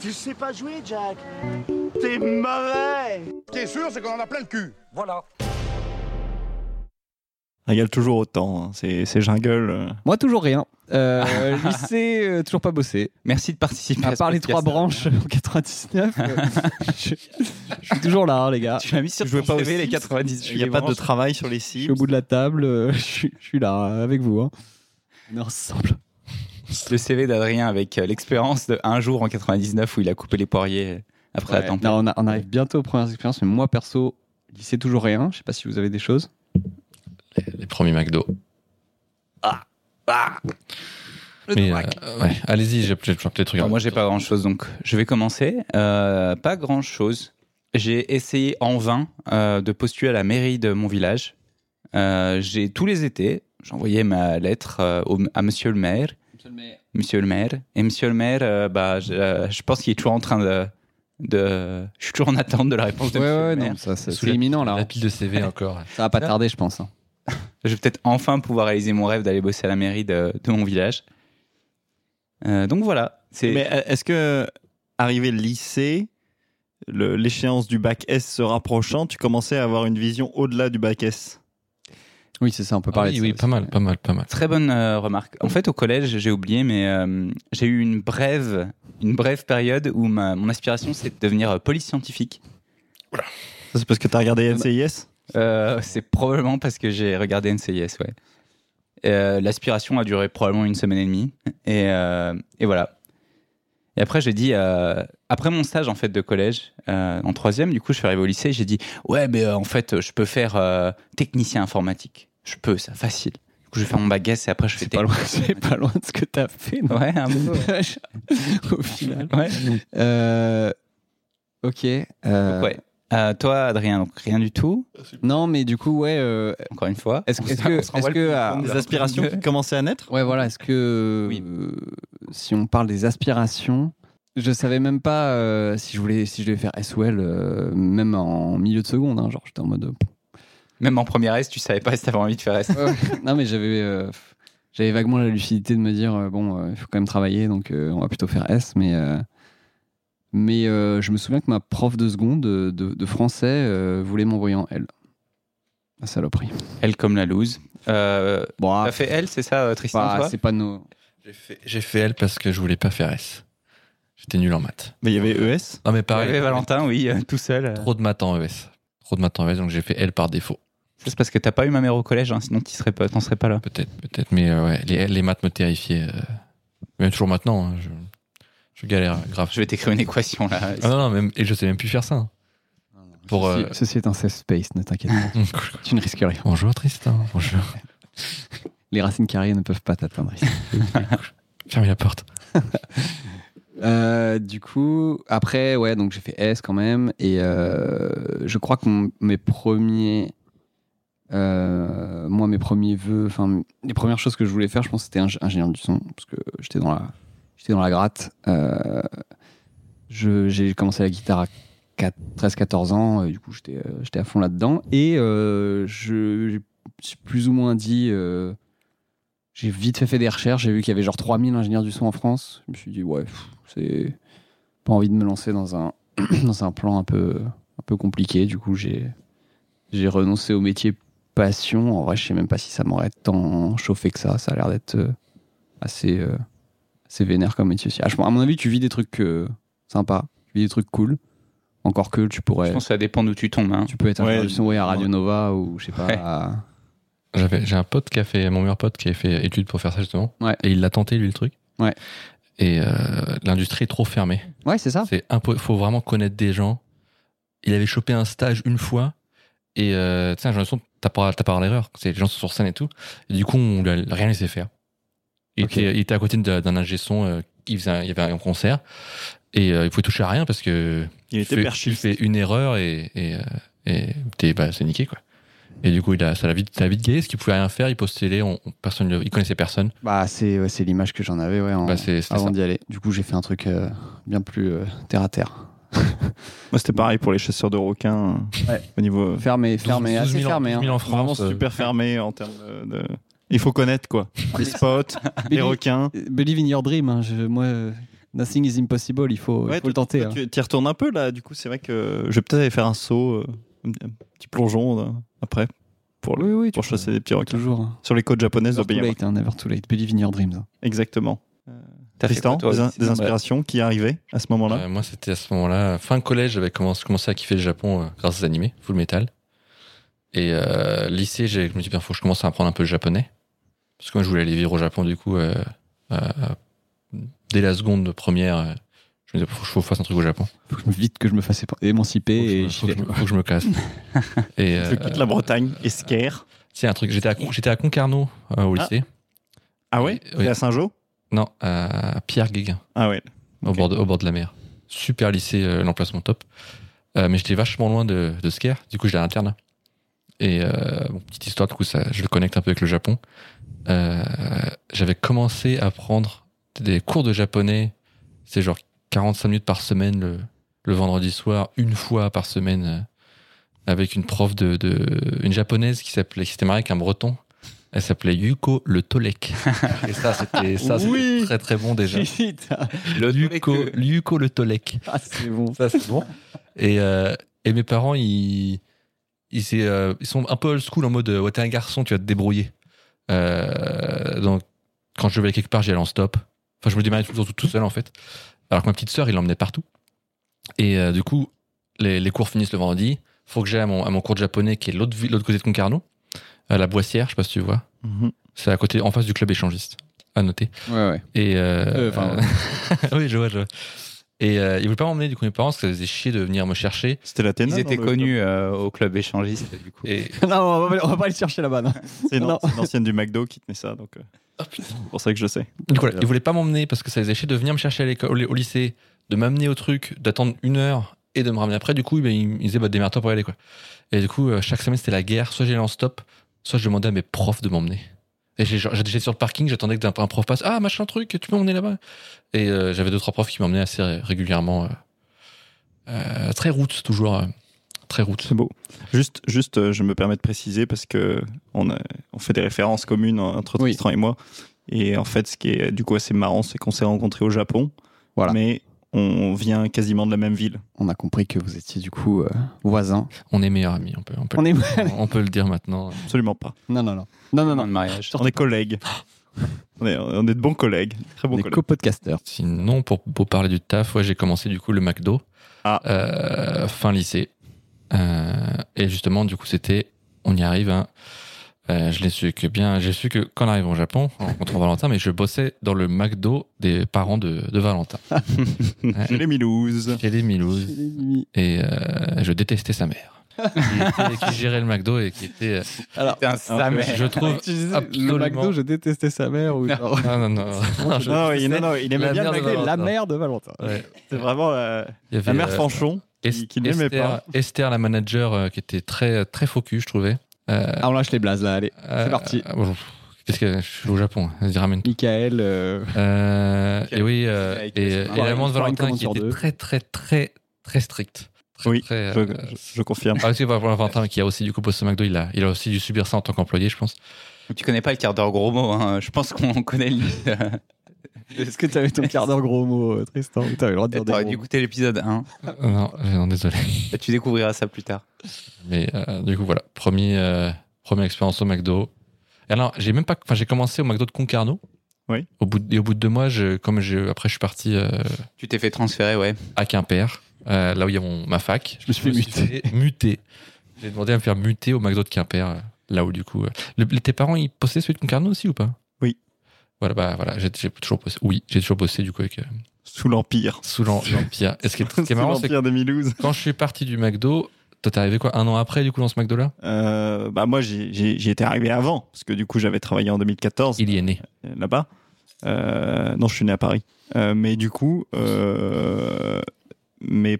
Tu sais pas jouer, Jack T'es mauvais T'es sûr, c'est qu'on en a plein le cul. Régale toujours autant. hein. C'est c'est jungle. euh. Moi, toujours rien. Euh, lycée, euh, toujours pas bossé. Merci de participer. À ce part les podcast. trois branches en 99, euh, je, je suis toujours là, hein, les gars. Tu l'as mis sur Je jouais ton pas CV, aux les Sims. 90. Il n'y a pas de travail sur les Je sites. suis au bout de la table. euh, je, suis- je suis là euh, avec vous. hein. On est ensemble. Le CV d'Adrien avec euh, l'expérience de un jour en 99 où il a coupé les poiriers après la Ouais. tempête. Non, on, a- on arrive bientôt aux premières expériences, mais moi, perso, lycée, toujours rien. Je sais pas si vous avez des choses. Les premiers McDo. Ah, Mais, euh, ouais, allez-y, j'ai j'ai- j'ai des trucs. Bon, moi, j'ai pas grand chose, donc je vais commencer. Euh, pas grand chose. J'ai essayé en vain euh, de postuler à la mairie de mon village. Euh, j'ai tous les étés, j'envoyais ma lettre euh, au- à Monsieur le maire. Monsieur le maire. Et Monsieur le maire, euh, bah, je, euh, je pense qu'il est toujours en train de, de. Je suis toujours en attente de la réponse de Ouais, Monsieur ouais, le maire. non, ça, c'est Sous c'est imminent là. La hein. pile de CV encore. Ça va pas tarder, je pense. hein. Je vais peut-être enfin pouvoir réaliser mon rêve d'aller bosser à la mairie de, de mon village. Euh, donc voilà. C'est- Mais euh, est-ce que, arrivé lycée, le- l'échéance du bac S se rapprochant, tu commençais à avoir une vision au-delà du bac S Oui, c'est ça, on peut Ah parler oui, de ça oui, aussi. pas mal, pas mal, pas mal. Très bonne euh, remarque. En fait, au collège, j'ai oublié, mais euh, j'ai eu une brève, une brève période où ma, mon aspiration, c'est de devenir euh, police scientifique. Ça, c'est parce que tu as regardé NCIS Euh, c'est probablement parce que j'ai regardé NCIS, ouais. Euh, L'aspiration a duré probablement une semaine et demie. Et, euh, et voilà. Et après, j'ai dit, euh, après mon stage en fait de collège, euh, en troisième, du coup, je suis arrivé au lycée, j'ai dit, ouais, mais euh, en fait, je peux faire euh, technicien informatique. Je peux, ça, facile. Du coup, je vais faire mon bac S et après, je fais C'est pas, loin- c'est pas loin de ce que t'as fait. non Ouais, un peu. Au final. Ouais. Euh, ok. euh, Ouais. Euh, toi, Adrien, donc rien du tout, Non, mais du coup, ouais. euh, encore une fois. Est-ce On est-ce se- que, on se renvoie est-ce le que, coup. ah, Des aspirations qui commençaient à naître ouais, voilà, est-ce que, Oui. euh, si on parle des aspirations, je savais même pas euh, si je voulais, si je devais faire SOL, euh, même en milieu de seconde, hein, genre j'étais en mode. euh, Même en première S, tu savais pas si t'avais envie de faire S. non, mais j'avais, euh, j'avais vaguement la lucidité de me dire euh, bon, euh, il faut quand même travailler, donc euh, on va plutôt faire S, mais. euh, mais euh, je me souviens que ma prof de seconde euh, de, de français euh, voulait m'envoyer en L. La saloperie. Elle comme la loose. Euh, Bon, ah, T'as fait L, c'est ça, euh, Tristan bah, toi c'est pas nos. J'ai fait, j'ai fait L parce que je voulais pas faire S. J'étais nul en maths. Mais il y avait E ES Non mais Il y pareil. avait Valentin, oui, euh, tout seul. euh. Trop de maths en ES. Trop de maths en ES, donc j'ai fait L par défaut. Ça, c'est parce que t'as pas eu ma mère au collège, hein, sinon t'y serais pas- t'en serais pas là. Peut-être, peut-être. Mais euh, ouais, les, L, les maths me terrifiaient. euh, même toujours maintenant, hein, je, je galère grave. Je vais t'écrire une équation là. Ah non, non, même, et je sais même plus faire ça. hein. Ah Pour, ceci, euh, ceci est un safe space, ne t'inquiète pas. tu ne risques rien. Bonjour Tristan, bonjour. Les racines carrées ne peuvent pas t'atteindre. ici. Fermez la porte. Euh, du coup, après, ouais, donc j'ai fait S quand même. Et euh, je crois que mon- mes premiers. euh, moi, mes premiers vœux, enfin, les premières choses que je voulais faire, je pense, c'était ing- ingénieur du son, parce que j'étais dans la, j'étais dans la gratte. Euh, je- j'ai commencé la guitare à 13-14 ans, et du coup, j'étais, euh, j'étais à fond là-dedans. Et euh, je, je suis plus ou moins dit, euh, j'ai vite fait fait des recherches, j'ai vu qu'il y avait genre 3000 ingénieurs du son en France. Je me suis dit, ouais, pff, c'est pas envie de me lancer dans un, dans un plan un peu, un peu compliqué. Du coup, j'ai, j'ai renoncé au métier passion. En vrai, je sais même pas si ça m'aurait tant chauffé que ça. Ça a l'air d'être euh, assez, euh, assez vénère comme métier. Ah, je- à mon avis, tu vis des trucs euh, sympas, tu vis des trucs cool. Encore que tu pourrais. Je pense que ça dépend d'où tu tombes. hein. Tu peux être ingénieur Ouais, du son ouais, à Radio ouais. Nova ou je sais pas. Ouais. à- J'avais, j'ai un pote qui a fait, mon meilleur pote qui a fait études pour faire ça justement. Ouais. Et il l'a tenté lui le truc. Ouais. Et euh, l'industrie est trop fermée. Ouais, c'est ça. C'est impo- faut vraiment connaître des gens. Il avait chopé un stage une fois. Et euh, tu sais, j'ai l'impression t'as pas, t'as pas à l'erreur. C'est les gens sont sur scène et tout. Et du coup, on lui a rien laissé faire. Il, Ok. était, il était à côté d'un d'un ingé son. euh, qui faisait un- il y avait un concert. Et euh, il pouvait toucher à rien parce que Il tu était fais- perché. tu fais une erreur et, et, euh, et t'es- bah, c'est niqué, quoi. Et du coup, il a, ça l'a vite, ça l'a vite gayé, parce qu'il pouvait rien faire, il postulait, on, on- personne, le- il connaissait personne. Bah, c'est ouais, c'est l'image que j'en avais ouais, en- Bah, c'est- c'était avant ça. d'y aller. Du coup, j'ai fait un truc euh, bien plus euh, terre à terre. Moi, c'était pareil pour les chasseurs de requins. euh, Ouais. Au niveau Fermé, 12 fermé, 12 assez 000 en- fermé. 12 000 hein. en vraiment France. euh, super fermé en termes de, de- Il faut connaître quoi. Les spots, les requins. Believe in your dream. hein, je- moi, euh, nothing is impossible. Il faut, il Ouais, faut le tenter. hein. Tu y retournes un peu là, du coup, c'est vrai que je vais peut-être aller faire un saut, euh, un petit plongeon là, après, pour, Oh le- Oui, oui, tu pour peux- chasser des petits requins. Toujours. hein. Sur les côtes japonaises de Never too Bayamar. late. hein, never too late. Believe in your dreams. hein. Exactement. T'as fait Tristan, quoi, toi, des, aussi, des dans- inspirations qui arrivaient à ce moment-là euh, moi, c'était à ce moment-là, fin collège, j'avais commencé, commencé à kiffer le Japon euh, grâce aux animés, full metal. Et euh, lycée, j'ai- je me suis dit, il faut que je commence à apprendre un peu le japonais. Parce que moi, je voulais aller vivre au Japon, du coup, euh, euh, dès la seconde première, euh, je me disais, faut que je fasse un truc au Japon. Faut que je me- vite que je me fasse épa- émanciper. Faut que je et me- faut je- que je me- faut que je me casse. Et, Je euh, quitte la Bretagne, Esquerre. C'est un truc. J'étais à, Con- j'étais à Concarneau euh, au Ah. lycée. Ah oui, ouais oui. Et à Saint-Jean Non, à Pierre Guéguin, Ah ouais. au, Ok. bord de, au bord de la mer. Super lycée, euh, l'emplacement top. Euh, mais j'étais vachement loin de, de Sker, du coup j'étais à l'internat. Et euh, bon, petite histoire, du coup ça, je le connecte un peu avec le Japon. Euh, J'avais commencé à prendre des cours de japonais, c'est genre 45 minutes par semaine le, le vendredi soir, une fois par semaine, euh, avec une prof de, de une japonaise qui s'appelait, qui s'était mariée avec un breton. Elle s'appelait Yuko Le Tolek. Et ça, c'était ça, c'était Oui. très très bon déjà. Putain. Le Lyuko, Lyuko le Tolek. Ah, c'est bon. euh, Ça, c'est bon. Et, euh, et mes parents, ils, ils, c'est, euh, ils sont un peu old school en mode euh, ouais, t'es un garçon, tu vas te débrouiller. Euh, donc, quand je vais quelque part, j'y allais en stop. Enfin, je me démarrais toujours tout, tout seul, en fait. Alors que ma petite sœur, il l'emmenait partout. Et euh, du coup, les, les cours finissent le vendredi. Faut que j'aille à mon, à mon cours de japonais qui est de l'autre ville- l'autre côté de Concarneau, à la Boissière, je sais pas si tu vois. Mhm. C'est à côté, en face du club échangiste, à noter. Ouais, ouais. Et euh, Euh, enfin, oui, je vois, je vois. Et euh, ils voulaient pas m'emmener du coup mes parents parce que ça faisait chier de venir me chercher. C'était la Téna, Ils non, étaient le- connus euh, au club échangiste, du coup. Et non, on va, pas- on va pas aller chercher là-bas. non. C'est non, Non. c'est l'ancienne du McDo qui tenait ça, donc euh, Ah, c'est pour ça que je sais. du coup, voilà, ils voulaient pas m'emmener parce que ça faisait chier de venir me chercher à l'école, au ly- au lycée, de m'amener au truc, d'attendre une heure et de me ramener après. Du coup, ben, ils, ils disaient bah démerde-toi pour y aller quoi. Et du coup, euh, chaque semaine c'était la guerre. Soit j'allais en stop, soit je demandais à mes profs de m'emmener. Et j'ai- genre, j'étais sur le parking, j'attendais que d'un- un prof passe. Ah machin truc, tu peux m'emmener là-bas. Et euh, j'avais deux trois profs qui m'emmenaient assez ré- régulièrement. euh, euh, très route toujours, euh, très route. C'est beau. Juste, juste, euh, je me permets de préciser parce que on, a- on fait des références communes entre Oui. Tristan et moi. Et en fait, ce qui est du coup assez marrant, c'est qu'on s'est rencontrés au Japon, Voilà. mais on vient quasiment de la même ville. On a compris que vous étiez du coup euh, voisins. On est meilleurs amis, on peut, on peut, On est. on peut le dire maintenant. Absolument pas. Non, non, non. Non, non, Demande non. de mariage. On est collègues. on, est, on est de bons collègues. Très bons On est collègues. co-podcasters. Sinon, pour, pour parler du taf, ouais, j'ai commencé du coup le McDo, Ah. Euh, fin lycée. Euh, et justement, du coup, c'était, on y arrive. Hein. Euh, je l'ai su que bien, j'ai su que quand on arrive au Japon, on rencontre Valentin, mais je bossais dans le McDo des parents de, de Valentin. Ah, Chez les Milouses. J'ai les Milouz. Et euh, je détestais sa mère. qui, était- qui gérait le McDo et qui était. euh, Alors, Putain, sa mère. Je trouve. Ah, tu disais, absolument- Ah, le McDo, je détestais sa mère. Ou genre, Non, non, non. Non, je- Non, il, non, non, il aimait La bien le merde, McDo. non. Euh. la mère de Valentin. ouais. C'est vraiment la, Il y avait, la mère euh, Fanchon qui, qui n'aimait pas. Esther, Esther, la manager, euh, qui était très très focus, je trouvais. Euh, Ah, on lâche les blazes là, allez. euh, parti. euh, bon, Qu'est-ce que je suis au Japon hein, Vas-y, ramène. Michael. euh, Euh, Ok. et oui, euh, Avec- et, et Soirée- la maman de soirée Valentin commande qui sur était deux. très très très très stricte. Très, Oui, très, Je, euh, je- je confirme. Ah, c'est pas pour Valentin qui a aussi du coup posté au McDo, il a, il a aussi dû subir ça en tant qu'employé, je pense. Tu connais pas le quart d'heure gros mot, hein. je pense qu'on connaît le. Est-ce que t'avais ton quart d'heure gros mot, euh, Tristan Ou T'avais le droit de dire des T'aurais gros dû mots goûter l'épisode 1. Ah, Euh, non, euh, non, désolé. Tu découvriras ça plus tard. Mais euh, du coup, voilà, premier, euh, première expérience au McDo. Et alors, j'ai même pas, enfin, j'ai commencé au McDo de Concarneau. Oui. Au bout de, et au bout de deux mois, je, comme je, après, je suis parti euh, Tu t'es fait transférer, ouais. à Quimper, euh, là où il y a mon, ma fac. Je me suis fait muter. fait muter. J'ai demandé à me faire muter au McDo de Quimper, euh, là où du coup. euh, le- les- tes parents, ils possédaient celui de Concarneau aussi ou pas Oui. Voilà, bah voilà, j'ai j'ai toujours bossé. Oui, j'ai toujours bossé du coup avec euh, Sous l'Empire. sous l'en- l'empire. Et ce qui est, ce Sous qui est marrant, c'est que l'Empire des Milouses. quand je suis parti du McDo, toi t'es arrivé quoi un an après du coup dans ce McDo là Euh, bah moi, j'y- j'y j'y étais arrivé avant, parce que du coup, j'avais travaillé en 2014 Il y est né. euh, là-bas. Euh, non, je suis né à Paris. Euh, mais du coup, euh, mais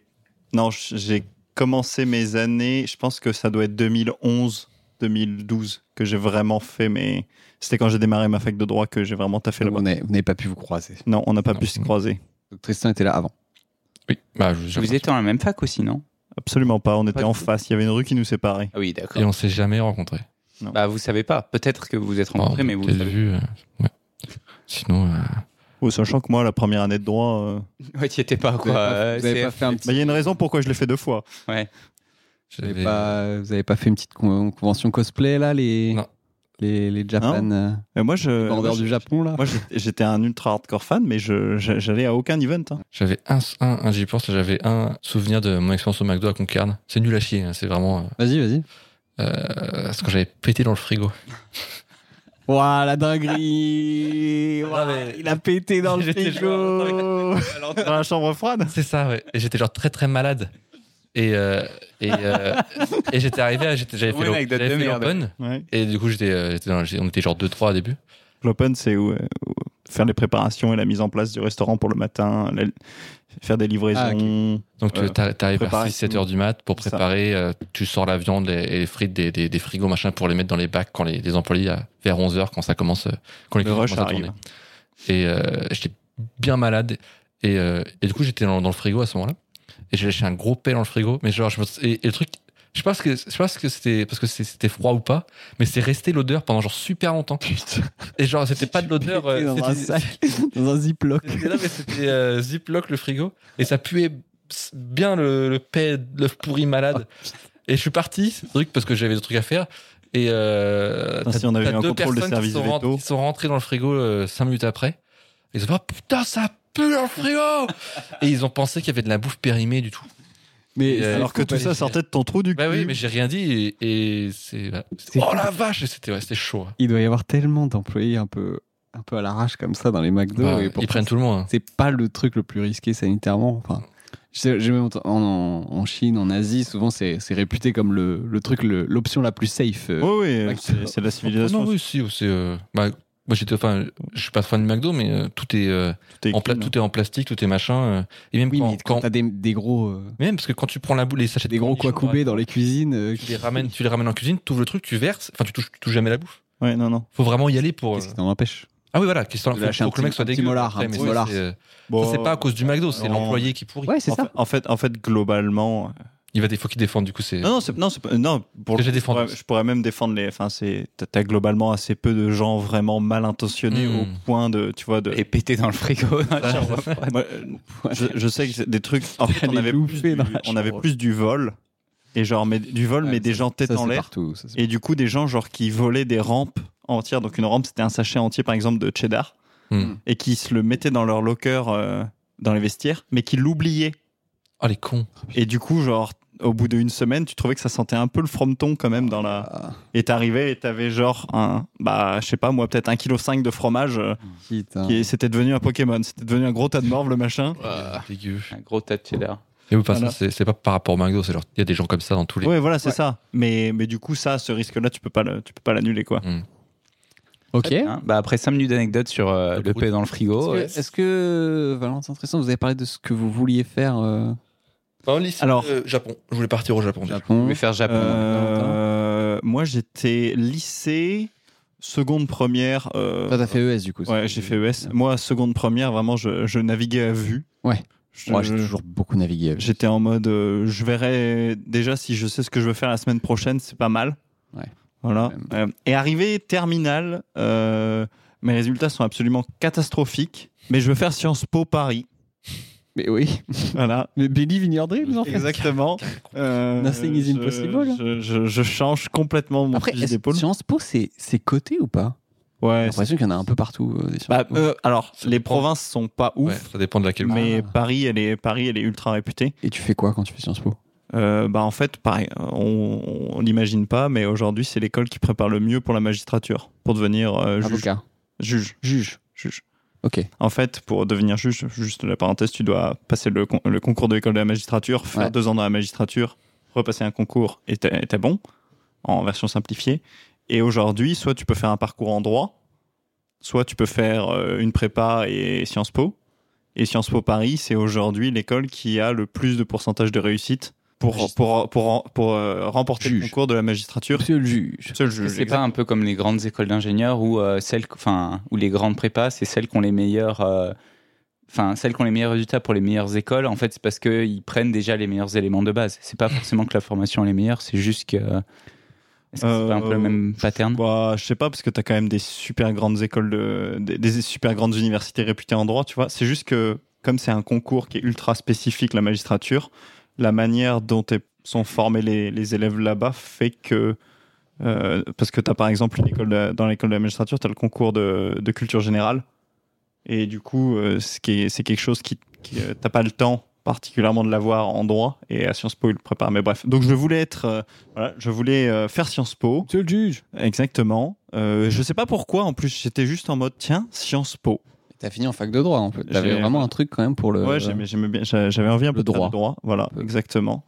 non, j- j'ai commencé mes années. Je pense que ça doit être 2011, 2012 que j'ai vraiment fait. Mais c'était quand j'ai démarré ma fac de droit que j'ai vraiment taffé là-bas. Vous n'avez vous n'avez pas pu vous croiser. Non, on n'a pas Non. pu se croiser. Donc, Tristan était là avant. Oui, bah, je, Vous je- étiez dans la même fac aussi, non Absolument pas. On était du en tout. face. Il y avait une rue qui nous séparait. Ah oui, Et d'accord. on s'est jamais rencontrés. Bah, vous savez pas. Peut-être que vous vous êtes rencontrés, Ah, Bon, mais vous le peut-être savez. vu, euh, ouais. Sinon, euh, Oh, sachant que moi, la première année de droit, euh, bah, Ouais, tu étais pas, quoi. vous euh, avez pas, vous avez c'est- pas fait un petit. il y a une raison pourquoi je l'ai fait deux fois. Vous avez j'avais- pas, vous avez pas fait une petite con- convention cosplay là, les Non. les, les Japan euh, Mais moi, je vendeurs du Japon là. Moi, j'étais- j'étais un ultra hardcore fan, mais je- je- j'allais à aucun event. hein. J'avais un, un, un- j'y pense, là, j'avais un souvenir de mon expérience au McDo à Concarne. C'est nul à chier, hein, c'est vraiment. Vas-y, vas-y. euh, euh, c'est quand j'avais pété dans le frigo. Waouh, la dinguerie Ouah, mais- Il a pété dans le J'étais frigo Dans la chambre froide C'est ça, ouais. Et j'étais genre très très malade. Et, euh, et, euh, et j'étais arrivé, à- j'étais- j'avais Ouais, fait mec, le- de- j'avais de fait merde. l'open. Ouais. Et du coup, j'étais, euh, j'étais dans- on était genre 2-3 au début. L'open, c'est où, euh, où- faire les préparations et la mise en place du restaurant pour le matin, la- faire des livraisons. Ah, Donc tu Euh, t'a- t'arrives à préparer- 6-7 heures du mat pour Ça. préparer, euh, tu sors la viande et, et les frites des, des, des frigos machin pour les mettre dans les bacs quand les, les employés à- vers 11 heures quand ça commence euh, quand les Le clients rush commencent à arrive. tourner. Et euh, j'étais bien malade et, euh, et du coup j'étais dans, dans le frigo à ce moment-là et j'ai lâché un gros pet dans le frigo mais genre je me- et, et le truc je sais pas ce que je sais pas ce que c'était parce que c'est- c'était froid ou pas mais c'est resté l'odeur pendant genre super longtemps et genre c'était pas de l'odeur euh, dans un c'était- sac, dans un ziploc. c'était là, mais c'était euh, Ziploc le frigo. Et ça puait bien le, le paix, l'œuf pourri malade. Et je suis parti, ce truc, parce que j'avais des trucs à faire. Et euh, Putain, t'as- Ah, si on avait t'as eu un deux contrôle de personnes qui service sont, rentrées- veto. qui sont rentrées dans le frigo 5 minutes après. Ils ont dit, oh, putain, ça pue dans le frigo! et ils ont pensé qu'il y avait de la bouffe périmée du tout. Mais Et, euh, Alors que tout ça sortait de ton trou du cul. Bah oui, mais j'ai rien dit et, et c'est, voilà. C'est- Oh la vache! Et C'était, ouais, c'était chaud. hein. il doit y avoir tellement d'employés un peu, un peu à l'arrache comme ça dans les McDo. Bah, et ils pourtant, prennent tout le monde. hein. c'est pas le truc le plus risqué sanitairement. Enfin, je sais- j'ai même ent- en, en- en Chine, en Asie, souvent c'est c'est réputé comme le, le truc, le- l'option la plus safe. euh. Oui, oui, Ah, Bah, c'est- c'est la civilisation. Non, oui, si, c'est. euh, bah, moi, j'étais. Enfin, je suis pas fan de McDo, mais euh, tout est. euh, tout est en pla- clean. tout est en plastique, tout est machin. euh, et même Oui, quand, mais quand quand- t'as des, des gros, euh, même parce que quand tu prends la boule, les sachets de des gros cornichons, coubés dans les cuisines, euh, tu les ramènes, tu les ramènes en cuisine, tu ouvres le truc, tu verses. Enfin, tu touches, tu touches jamais la bouffe. Ouais, non, non. Faut vraiment y aller pour. euh, qu'est-ce qui t'en empêche Ah oui, voilà. qu'il soit- De Faut, lâcher faut un que le mec petit- soit un petit dégueu. molar, après, un mais petit ça, molar. c'est, euh, Bon, ça, c'est pas à cause du McDo, c'est non. l'employé qui pourrit. Ouais, c'est en ça. Fait, en fait, en fait, globalement. Il va, des- faut qu'il défende. Du coup, c'est. Non, non, c'est non, c'est pas- non. Pour Que j'ai je défendu. pourrais- Je pourrais même défendre les. Enfin, c'est t'as- t'as globalement assez peu de gens vraiment mal intentionnés Mm. au point de, tu vois, de. Et pété dans le frigo. dans la chambre. Moi, euh, je, je sais que c'est des trucs. En fait, on Les avait, plus louper du, dans la on avait chambre. plus du vol et genre mais du vol, Ouais, mais des gens tête Ça, en c'est l'air. partout. ça, c'est- Et du coup, des gens genre qui volaient des rampes entières. Donc une rampe, c'était un sachet entier, par exemple, de cheddar, Hmm. et qui se le mettaient dans leur locker, euh, dans les vestiaires, mais qui l'oubliaient. Oh les cons. Et du coup, genre au bout d'une semaine, tu trouvais que ça sentait un peu le frometon quand même dans la. Ah, Et t'arrivais et t'avais genre un, bah je sais pas moi, peut-être un kilo cinq de fromage. euh, putain. qui c'était devenu un Pokémon, c'était devenu un gros tas de morve le machin. Dégueu. Un gros tas de cheddar. Et oui, parce que Voilà. c'est- c'est pas par rapport au McDo, c'est genre il y a des gens comme ça dans tous les. Ouais, voilà, c'est Ouais. ça. Mais, mais du coup, ça, ce risque-là, tu peux pas le- tu peux pas l'annuler, quoi. Ok. Hein bah, après 5 minutes d'anecdote sur euh, Le le brou- paix dans le frigo. euh, Est-ce que, est-ce que, Valentin Tristan, vous avez parlé de ce que vous vouliez faire euh, Enfin, lycée, Alors- euh, Japon. Je voulais partir au Japon. déjà. Je Japon vais faire Japon. Euh, moi, j'étais lycée, seconde première. euh, Toi, t'as fait ES du coup. Ouais, j'ai fait E ES. Moi, seconde première, vraiment, je, je naviguais à vue. Ouais. Je- Moi, j'ai toujours beaucoup navigué. avec. J'étais en mode, euh, je verrai déjà si je sais ce que je veux faire la semaine prochaine, c'est pas mal. Ouais. Voilà. Même. Euh, et arrivé terminale, euh, mes résultats sont absolument catastrophiques. Mais je veux faire Sciences Po Paris. Mais oui. Voilà. Mais believe in your dreams, en fait. Exactement. Euh, Nothing is je- impossible. Je, je- je change complètement mon Après, fusil est-ce que d'épaule. Sciences Po, c'est c'est coté ou pas J'ai Ouais. l'impression qu'il y en a un peu partout. euh, des Bah, sciences po. euh, alors, Ça les dépend. provinces sont pas ouf, Ouais, ça dépend de laquelle. mais Ah. Paris, elle est Paris, elle est ultra réputée. Et tu fais quoi quand tu fais Sciences Po Euh, bah en fait, pareil, on on n'imagine pas, mais aujourd'hui, c'est l'école qui prépare le mieux pour la magistrature, pour devenir euh, juge. Avocat. Juge. Juge. Juge. Ok. En fait, pour devenir juge, juste la parenthèse, tu dois passer le, con- le concours de l'école de la magistrature, faire Ouais. deux ans dans la magistrature, repasser un concours et t'es et t'es bon, en version simplifiée. Et aujourd'hui, soit tu peux faire un parcours en droit, soit tu peux faire euh, une prépa et Sciences Po. Et Sciences Po Paris, c'est aujourd'hui l'école qui a le plus de pourcentage de réussite pour, pour, pour, pour, euh, remporter le Juge. concours de la magistrature. Monsieur le juge. Seul juge, C'est pas un peu comme les grandes écoles d'ingénieurs où, euh, celles, enfin, où les grandes prépas, c'est celles qui ont les meilleurs. euh, Enfin, celles qui ont les meilleurs résultats pour les meilleures écoles, en fait, c'est parce qu'ils prennent déjà les meilleurs éléments de base. C'est pas forcément que la formation est les meilleures, c'est juste que. Est-ce que c'est pas un peu Euh, le même pattern Bah, je sais pas, parce que t'as quand même des super grandes écoles, de, des, des super grandes universités réputées en droit, tu vois. C'est juste que, comme c'est un concours qui est ultra spécifique, la magistrature, la manière dont est- sont formés les, les élèves là-bas fait que. euh, parce que t'as par exemple une école de- dans l'école de la magistrature, t'as le concours de, de culture générale. Et du coup, euh, ce qui est- c'est quelque chose qui. qui, euh, t'as pas le temps particulièrement de l'avoir en droit et à Sciences Po il le prépare mais bref donc je voulais être euh, voilà, je voulais euh, faire Sciences Po Monsieur le juge. Exactement. Euh, je sais pas pourquoi, en plus, j'étais juste en mode, tiens, Sciences Po. T'as fini en fac de droit en fait. T'avais J'ai- vraiment un truc quand même pour le. Ouais, j'aimais, j'aimais bien, j'a- j'avais envie un peu Euh, Le de droit. Euh. faire le droit. Voilà, peu. exactement.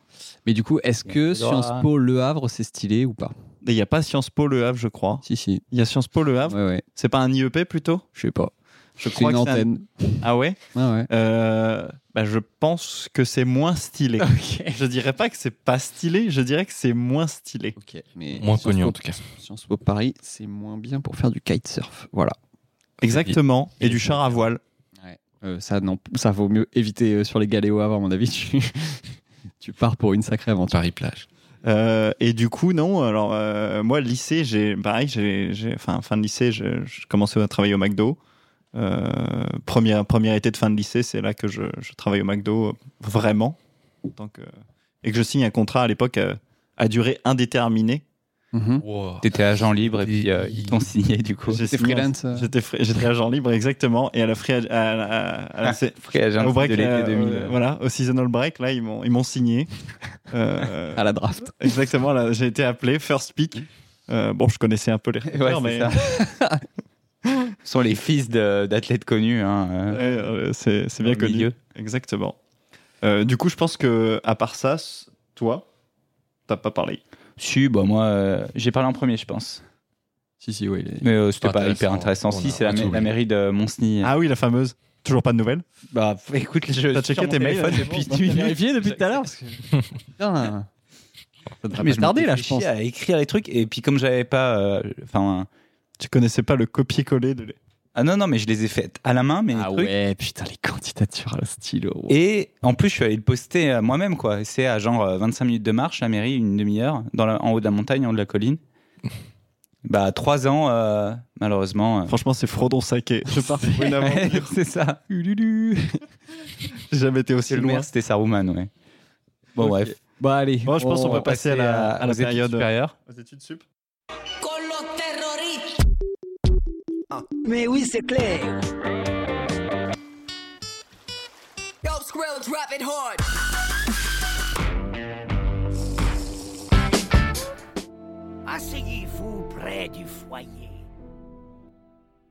Mais du coup, est-ce que Le droit. Sciences Po Le Havre c'est stylé ou pas Et il n'y a pas Sciences Po Le Havre, je crois. Si si. Il y a Sciences Po Le Havre. Ouais ouais. C'est pas un IEP E plutôt Je sais pas. Je C'est crois une que c'est un- antenne. Ah ouais Ah ouais. Euh, bah, Je pense que c'est moins stylé. Je dirais pas que c'est pas stylé, je dirais que c'est moins stylé. Ok. Mais Moins Sciences connu, Po- en tout cas. Sciences Po Paris, c'est moins bien pour faire du kitesurf. Voilà. Exactement. il- Et du char à voile. Euh, ça, non, ça vaut mieux éviter euh, sur les galéos avant, à mon avis. Tu, tu pars pour une sacrée aventure. Paris plage. Euh, et du coup, non. Alors, euh, moi, lycée, j'ai pareil, j'ai, j'ai- enfin, fin de lycée, je, je commençais à travailler au McDo. Euh, première, première été de fin de lycée, c'est là que je, je travaille au McDo euh, vraiment. en tant que- et que je signe un contrat à l'époque euh, à durée indéterminée. Mhm. T'étais agent libre et puis euh, ils t'ont signé du coup. J'ai T'es signé un- freelance euh, J'étais, fri- j'étais agent libre, exactement. Et à la free, à, la- à- à Ah, la- c'est- Free agent au de break, l'été euh, 2000. euh, voilà, au seasonal break, là, ils m'ont, ils m'ont signé. Euh, Ah. à la draft. Exactement, là, j'ai été appelé first pick. Euh, bon, je connaissais un peu les Ouais, recruteurs, c'est mais ça. Ce sont les fils de- d'athlètes connus. Hein, euh, Ouais, euh, c'est c'est bien dans le connu. milieu. Exactement. Euh, du coup, je pense que à part ça, c- toi, t'as pas parlé. Si, bah moi, euh, j'ai parlé en premier, je pense. Si, si, oui. il est- Mais euh, c'était Pas pas intéressant. hyper intéressant. On a- Si, c'est la, on a ma- tout la oublié. mairie de Montseny. Ah oui, la fameuse. Toujours pas de nouvelles. bah f- écoute, je T'as suis sur checké mon tes mails téléphone avant depuis T'as une minute. vérifié depuis tout à l'heure parce que. Putain. Ça devrait Ah, Mais pas je tarder m'étais là, fait je pense. chier à écrire les trucs et puis comme j'avais pas, euh, enfin, Tu connaissais pas le copier-coller de. ah non non, mais je les ai faites à la main, mais les Ah trucs. ouais, putain, les candidatures à la stylo. wow. Et en plus, je suis allé le poster euh, moi-même, quoi. C'est à genre euh, 25 minutes de marche, la mairie, une demi-heure, dans la- en haut de la montagne, en haut de la colline. Bah, trois ans, euh, malheureusement. euh, Franchement, c'est Frodon Saké. Je pars pour une Ouais, aventure. c'est ça. J'ai jamais été aussi C'est le loin. maire, c'était Saruman, ouais. Bon, Ok. bref. Bah, allez. Bon, je pense qu'on peut passer à la, à aux la études période. euh, supérieure. Aux études sup. Ah. Mais oui, c'est clair. Yo, Skrill, drop it hard. Asseyez-vous près du foyer.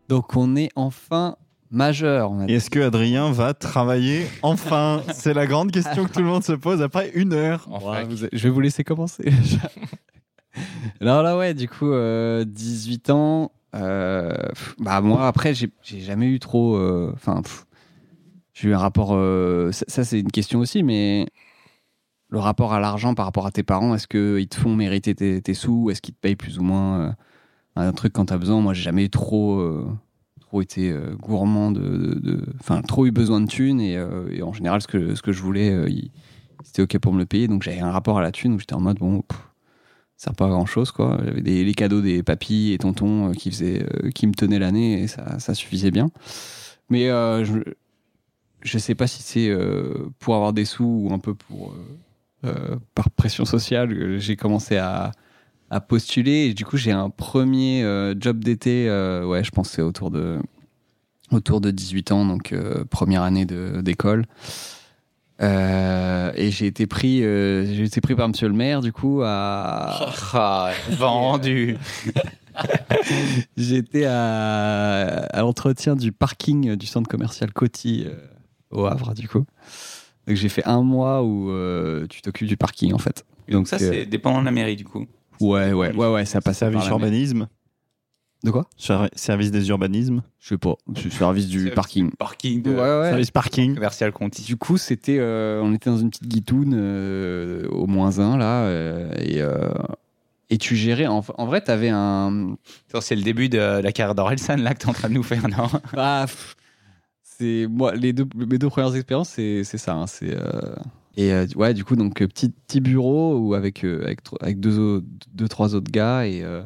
Donc, on est enfin majeur. On a Et est-ce que Adrien va travailler enfin C'est la grande question que tout le monde se pose après une heure. En Ouais, fac. vous êtes- je vais vous laisser commencer. déjà. non, là, ouais, du coup, euh, 18 ans. euh, pff, bah, moi, après, j'ai j'ai jamais eu trop. euh, Enfin, pff, j'ai eu un rapport. euh, ça, ça, c'est une question aussi, mais le rapport à l'argent par rapport à tes parents, est-ce qu'ils te font mériter tes, tes sous ou est-ce qu'ils te payent plus ou moins euh, un truc quand t'as besoin Moi, j'ai jamais eu trop. euh, trop été euh, gourmand de, de- de- enfin trop eu besoin de thunes et, euh, et en général ce que ce que je voulais euh, il- c'était ok pour me le payer donc j'avais un rapport à la thune où j'étais en mode bon pff, ça sert pas à grand chose quoi j'avais des- les cadeaux des papis et tontons euh, qui faisaient euh, qui me tenaient l'année et ça ça suffisait bien mais euh, je je sais pas si c'est euh, pour avoir des sous ou un peu pour euh, euh, par pression sociale que j'ai commencé à à postuler et du coup j'ai un premier euh, job d'été euh, ouais je pense que c'est autour de autour de 18 ans donc euh, première année de- d'école Euh, et j'ai été pris euh, j'ai été pris par monsieur le maire du coup à Ah, vendu. j'étais à, à l'entretien du parking euh, du centre commercial Coty euh, au Havre du coup donc j'ai fait un mois où euh, tu t'occupes du parking en fait Donc, ça, euh, c'est dépendant de la mairie, du coup. ouais ouais ouais ouais ça passait Service par la main. urbanisme. de quoi Servi- Service des urbanismes. je sais pas du service du Service. parking Parking de Service parking. commercial Conti. Du coup, c'était, euh, on était dans une petite guitoune euh, au moins un là, euh, et, euh, et tu gérais. En, en vrai, t'avais un. Attends, C'est le début de la carrière d'Orelsan, là, que t'es en train de nous faire, non Ah, pff, c'est moi les deux mes deux premières expériences, c'est c'est ça. hein, c'est euh, et euh, ouais, du coup, donc euh, petit petit bureau où avec euh, avec tro- avec deux au- deux trois autres gars et euh,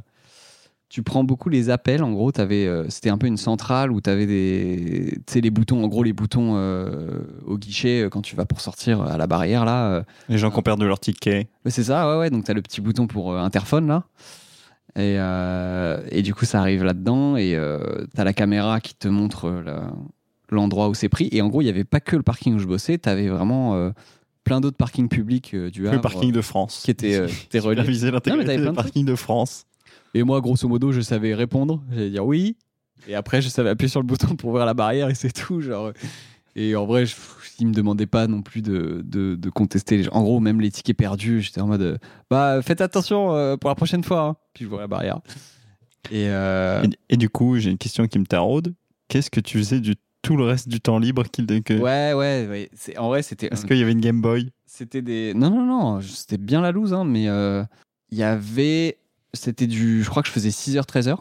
tu prends beaucoup les appels. En gros, t'avais, euh, c'était un peu une centrale où tu avais des, tu sais, les boutons. En gros, les boutons euh, au guichet euh, quand tu vas pour sortir à la barrière là. euh, Les gens qui ont perdu leur ticket. Ouais, c'est ça, ouais, ouais. Donc, t'as le petit bouton pour euh, interphone, là. Et, euh, et du coup, ça arrive là-dedans. Et euh, t'as la caméra qui te montre euh, la- l'endroit où c'est pris. Et en gros, il n'y avait pas que le parking où je bossais. T'avais vraiment euh, plein d'autres parkings publics euh, du Havre. Le parking de euh, France. Qui étaient euh, qui étaient reliés. Superviser Non, mais l'intégralité t'avais plein de des parkings de France. Et moi, grosso modo, je savais répondre. J'allais dire oui. Et après, je savais appuyer sur le bouton pour ouvrir la barrière et c'est tout. Genre. Et en vrai, je, ils me demandaient pas non plus de, de, de contester. les gens. En gros, même les tickets perdus, j'étais en mode euh, bah faites attention euh, pour la prochaine fois. hein. Puis je vois la barrière. Et euh, Et, et du coup, j'ai une question qui me taraude. Qu'est-ce que tu faisais du tout le reste du temps libre qu'il que... Ouais, ouais, ouais. C'est- En vrai, c'était. Est-ce qu'il y avait une Game Boy C'était des. Non, non, non, je- c'était bien la loose, hein, mais euh, il y avait. C'était du. Je crois que je faisais 6h, 13h.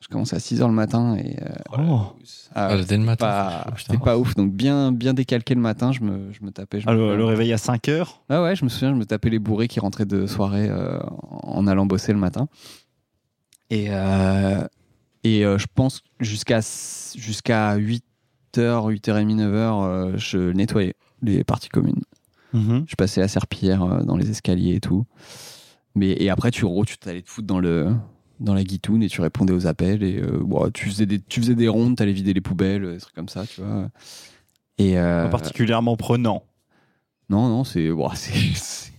Je commençais à 6h le matin et. euh, ah, Ah, le dès le matin. pas- c'est chaud, putain. c'était pas ouf, donc bien, bien décalqué le matin, je me, je me tapais. je me- Ah, le, le réveil à 5 heures Ah ouais, je me souviens, je me tapais les bourrés qui rentraient de soirée euh, en allant bosser le matin. Et, euh, et euh, je pense jusqu'à jusqu'à 8h, 8h30, 9h, euh, je nettoyais les parties communes. Mm-hmm. Je passais la serpillière euh, dans les escaliers et tout. Mais, et après, tu ro- tu t'allais te foutre dans, le, dans la guitoune et tu répondais aux appels. Et euh, bon, tu, faisais des, tu faisais des rondes, t'allais vider les poubelles, euh, des trucs comme ça, tu vois. Et euh, Pas Particulièrement prenant. non, non, c'est. ouah, c'est- c'est-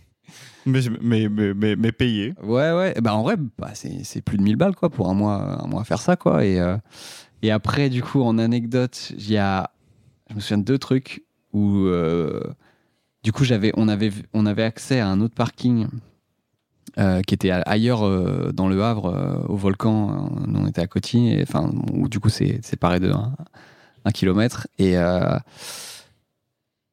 Mais, mais, mais, mais, mais payé. ouais, ouais. Bah, en vrai, bah, c'est c'est plus de 1000 balles, quoi, pour un mois, un mois à faire ça, quoi. Et, euh, et après, du coup, en anecdote, il y a. Je me souviens de deux trucs où. euh, du coup, j'avais, on, avait, vu- on avait accès à un autre parking euh, qui était a- ailleurs euh, dans le Havre, euh, au volcan. Euh, Nous, on était à Coty, et, enfin, où du coup, c'est séparé de un, un kilomètre. Et, euh,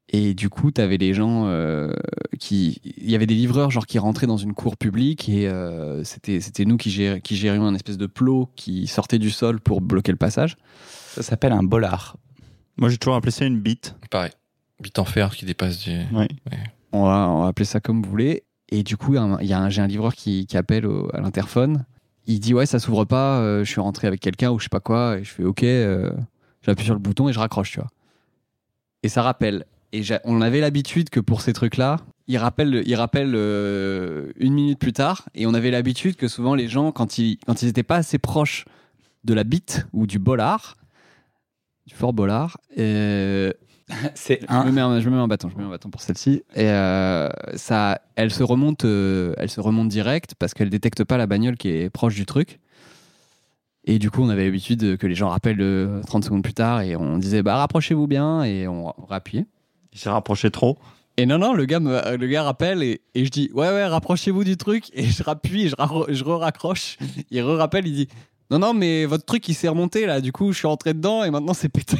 et du coup, t'avais les gens euh, qui. Il y avait des livreurs genre, qui rentraient dans une cour publique et euh, c'était c'était nous qui, gér- qui gérions un espèce de plot qui sortait du sol pour bloquer le passage. Ça s'appelle un bollard. Moi, j'ai toujours appelé ça une bite. Pareil. Bit en fer qui dépasse du. on va, on va appeler ça comme vous voulez. Et du coup, un- il y a un- j'ai un livreur qui, qui appelle au- à l'interphone. Il dit ouais, ça s'ouvre pas. euh, je suis rentré avec quelqu'un ou je sais pas quoi. Et je fais ok. euh, J'appuie sur le bouton et je raccroche, tu vois. Et ça rappelle. Et j'a- on avait l'habitude que pour ces trucs-là, il rappelle, il rappelle euh, une minute plus tard. Et on avait l'habitude que souvent les gens, quand ils, quand ils étaient pas assez proches de la bite ou du bolard, du fort bolard, euh, C'est je, me un. mets un, je me mets un bâton, je me mets un bâton pour celle-ci. Et euh, ça, elle se remonte, euh, elle se remonte direct parce qu'elle détecte pas la bagnole qui est proche du truc. Et du coup, on avait l'habitude que les gens rappellent euh, 30 secondes plus tard et on disait bah rapprochez-vous bien et on rappuyait. Il s'est rapproché trop. Et non non, le gars me- euh, le gars rappelle et, et je dis ouais ouais rapprochez-vous du truc et je rappuie et je, ra- je re-raccroche. Il re-rappelle, il dit non non mais votre truc il s'est remonté là. Du coup, je suis rentré dedans et maintenant c'est pété.